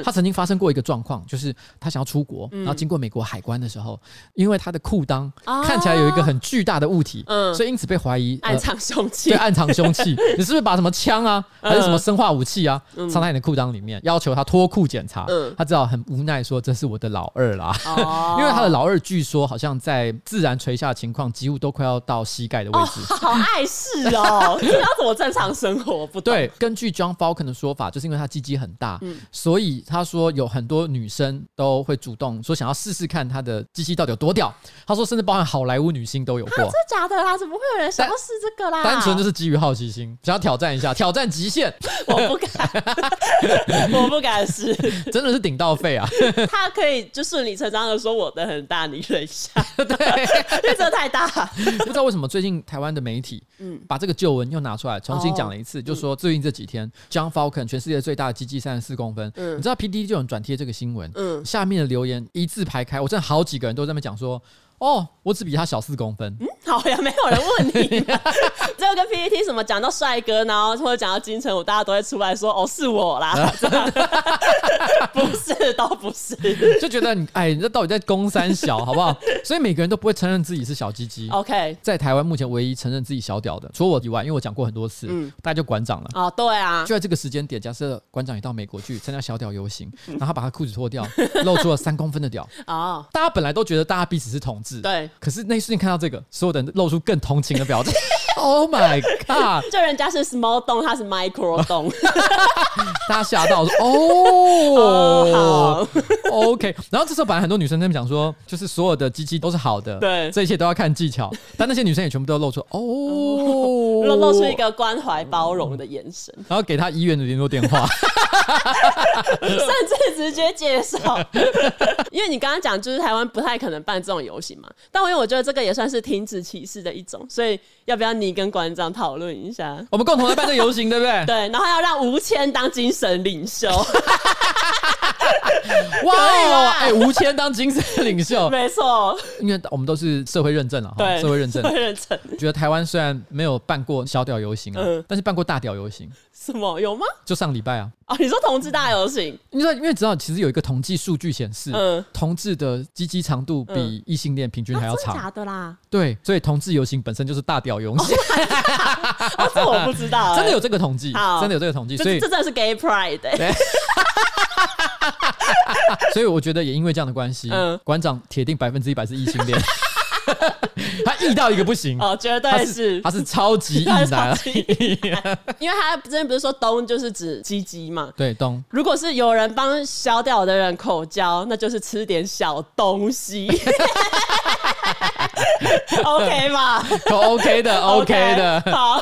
S2: 他曾经发生过一个状况，就是他想要出国，然后经过美国海关的时候，因为他的裤裆
S1: 啊
S2: 看起来有一个很巨大的物体，
S1: 嗯
S2: 所以因此被怀疑
S1: 暗
S2: 呃
S1: 藏凶器
S2: 对，暗藏凶器。你是不是把什么枪啊，还是什
S1: 嗯
S2: 么生化武器啊，藏在你的裤裆里面？要求他脱裤检查
S1: 嗯，
S2: 他只好很无奈说：“这是我的老二啦。
S1: 哦
S2: 因为他的老二据说好像在自然垂下的情况，几乎都快要到膝盖的位置。
S1: 好碍事 哦，这要怎么正常生活？不懂嗯
S2: 对，根据 John Falcon 的说法，就是因为他鸡鸡很大，所以以他说有很多女生都会主动说想要试试看他的机器到底有多屌。他说甚至包含好莱坞女星都有过，
S1: 啊真的假的啦？怎么会有人想要试这个啦？
S2: 单纯就是基于好奇心，想要挑战一下，挑战极限，
S1: 我不敢，我不敢 试。
S2: 真的是顶到肺啊！
S1: 他可以就顺理成章的说我的很大，你忍一下，
S2: 对，
S1: 因为这太大。
S2: 不知道为什么最近台湾的媒体，嗯，把这个旧闻又拿出来重新讲了一次，就说最近这几天、John Falcon 全世界最大的鸡鸡三十四公分，你知道 P D 就有人转贴这个新闻，
S1: 嗯
S2: 下面的留言一字排开，我真的好几个人都在那边讲说，哦，我只比他小四公分，
S1: 好呀，没有人问你嘛，只有跟 PPT 什么讲到帅哥，然后或者讲到金城武，大家都会出来说哦是我啦， 这样不是都不是。
S2: 就觉得你哎，你这到底在攻三小好不好？所以每个人都不会承认自己是小鸡鸡。
S1: OK，
S2: 在台湾目前唯一承认自己小屌的，除了我以外，因为我讲过很多次，大概就馆长了。
S1: 哦对啊，
S2: 就在这个时间点，假设馆长也到美国去参加小屌游行，然后他把他裤子脱掉，露出了三公分的屌。
S1: 哦
S2: 大家本来都觉得大家彼此是同志，
S1: 对。
S2: 可是那一瞬间看到这个，所有的人露出更同情的表情。Oh my god！
S1: 就人家是 small 洞，他是 micro 洞，
S2: 大家吓 到说：“哦
S1: 哦，
S2: OK。”然后这时候本来很多女生在那边讲说，就是所有的鸡鸡都是好的，
S1: 对
S2: 这一切都要看技巧。但那些女生也全部都露出哦，
S1: 露露出一，个关怀包容的眼神，
S2: 然后给他医院的联络电话。
S1: 甚至直接介绍。因为你刚刚讲，就是台湾不太可能办这种游行嘛，但因为我觉得这个也算是停止歧视的一种，所以要不要你跟馆长讨论一下？
S2: 我们共同来办这个游行，对不对？
S1: 对，然后要让吴谦当精神领袖，
S2: 哇哦，
S1: 可
S2: 哎，吴谦当精神领袖，
S1: 啊 没错，
S2: 因为我们都是社会认证了，啊哈
S1: 对，
S2: 哦社会认证
S1: 社。会认证，
S2: 觉得台湾虽然没有办过小屌游行啊，
S1: 嗯
S2: 但是办过大屌游行，
S1: 什么有吗？
S2: 就上礼拜啊。
S1: 哦，你说同志大游行，
S2: 你知道，因为知道其实有一个统计数据显示，
S1: 嗯
S2: 同志的鸡鸡长度比异性恋平均还要
S1: 啊真
S2: 长。
S1: 的假的啦？
S2: 对，所以同志游行本身就是大屌 游行，
S1: 哦，这我不知道、欸，
S2: 真的有这个统计，
S1: 好
S2: 真的有这个统计。
S1: 这，
S2: 所以
S1: 这，真的是 gay pride，、欸、
S2: 所以我觉得也因为这样的关系，
S1: 嗯
S2: 馆长铁定百分之一百是异性 恋，他异到一个不行。
S1: 哦，绝
S2: 他
S1: 对是
S2: 他。是超级 异
S1: 他是
S2: 男啊
S1: 超，级异男因为他之前不是说东就是指鸡鸡嘛。
S2: 对东，
S1: 如果是有人帮小屌的人口交，那就是吃点小东 西 ，OK 吧？
S2: 都哦 OK 的，OK 的，
S1: 好，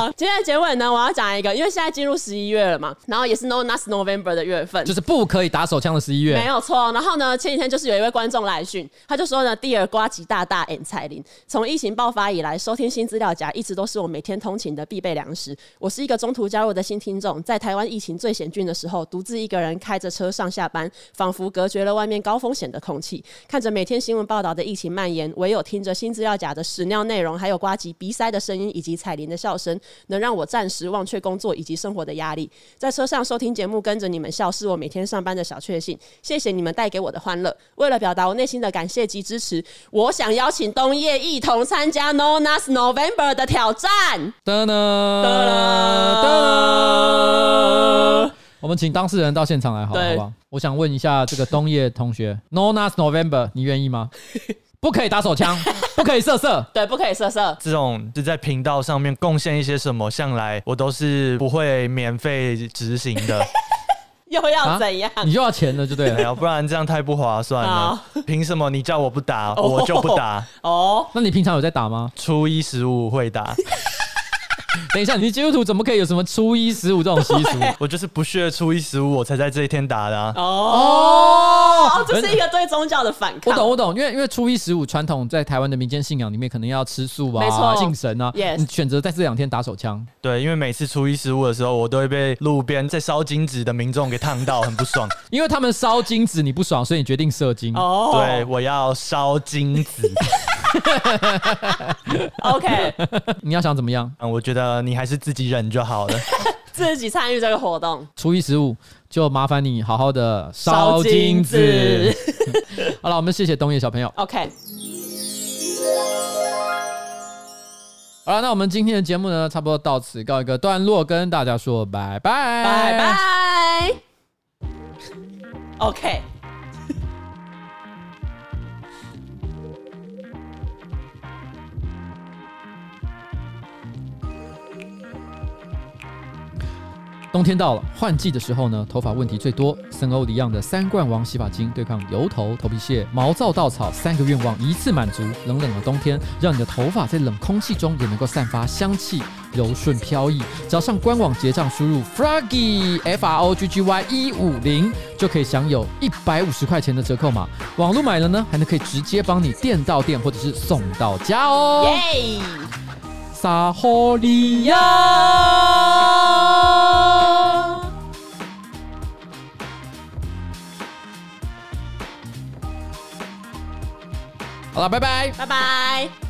S1: 好，今天的结尾呢，我要讲一个，因为现在进入十一月了嘛，然后也是 No Not November 的月份，
S2: 就是不可以打手枪的十一
S1: 没
S2: 月，
S1: 有错。然后呢，前几天就是有一位观众来讯，他就说呢，第二瓜吉大大 and 彩铃，从疫情爆发以来，收听新资料夹一直都是我每天通勤的必备粮食。我是一个中途加入的新听众，在台湾疫情最险峻的时候，独自一个人开着车上下班，仿佛隔绝了外面高风险的空气，看着每天新闻报道的疫情蔓延，唯有听着新资料夹的屎尿内容，还有瓜吉鼻塞的声音以及彩铃的笑声，能让我暂时忘却工作以及生活的压力。在车上收听节目，跟着你们笑，是我每天上班的小确幸。谢谢你们带给我的欢乐。为了表达我内心的感谢及支持，我想邀请冬叶一同参加 No Nas November 的挑战。
S2: 噔噔
S1: 哒
S2: 呃噔。我们请当事人到现场来好了，好
S1: 对
S2: 不好？我想问一下这个冬叶同学，No Nas November，你愿 意吗？不可以打手枪，不可以色色，
S1: 对，不可以色色。
S4: 这种就在频道上面贡献一些什么，向来我都是不会免费执行 的，
S1: 又
S2: 啊
S1: 要怎样？
S2: 你就要钱了，就对
S4: 哎
S2: 了。
S4: 呀，不然这样太不划算了。凭什么你叫我不 打，我就不打？
S1: 哦，
S2: 那你平常有在打吗？
S4: 初一十五会打，
S2: 等一下，你基督徒怎么可以有什么初一十五这种习 俗？
S4: 我就是不屑初一十五，我才在这一天打的、啊。
S1: 哦，哦，这是一个对宗教的反
S2: 我
S1: 抗。
S2: 懂，我懂，因为因为初一十五传统在台湾的民间信仰里面，可能要吃素
S1: 没
S2: 啊、
S1: 错
S2: 敬神啊。
S1: Yes
S2: 你选择在这两天打手枪，
S4: 对，因为每次初一十五的时候，我都会被路边在烧金纸的民众给烫到，很不爽。
S2: 因为他们烧金子你不爽，所以你决定射精。
S1: 哦，
S4: 对，我要烧金纸。
S1: ，OK，
S2: 你要想怎么样？
S4: 嗯，我觉得你还是自己忍就好了。
S1: 自己参与这个活动。
S2: 初一十五就麻烦你好好的
S1: 烧金
S2: 子
S1: 子。
S2: 好了，我们谢谢东野小朋友。
S1: OK，
S2: 好了，那我们今天的节目呢，差不多到此告一个段落，跟大家说拜拜，
S1: 拜。拜。OK。
S2: 冬天到了，换季的时候呢，头发问题最多。森欧里漾的三冠王洗发精对抗油头、头皮屑、毛躁、稻草，三个愿望一次满足。冷冷的冬天，让你的头发在冷空气中也能够散发香气，柔顺飘逸。只要上官网结账，输入 froggy f r o g g y 一五零，就可以享有一百五十块钱的折扣码。网络买了呢，还能可以直接帮你电到店或者是送到家哦。
S1: 耶！
S2: 撒霍利亚。好了，拜拜。
S1: 拜拜。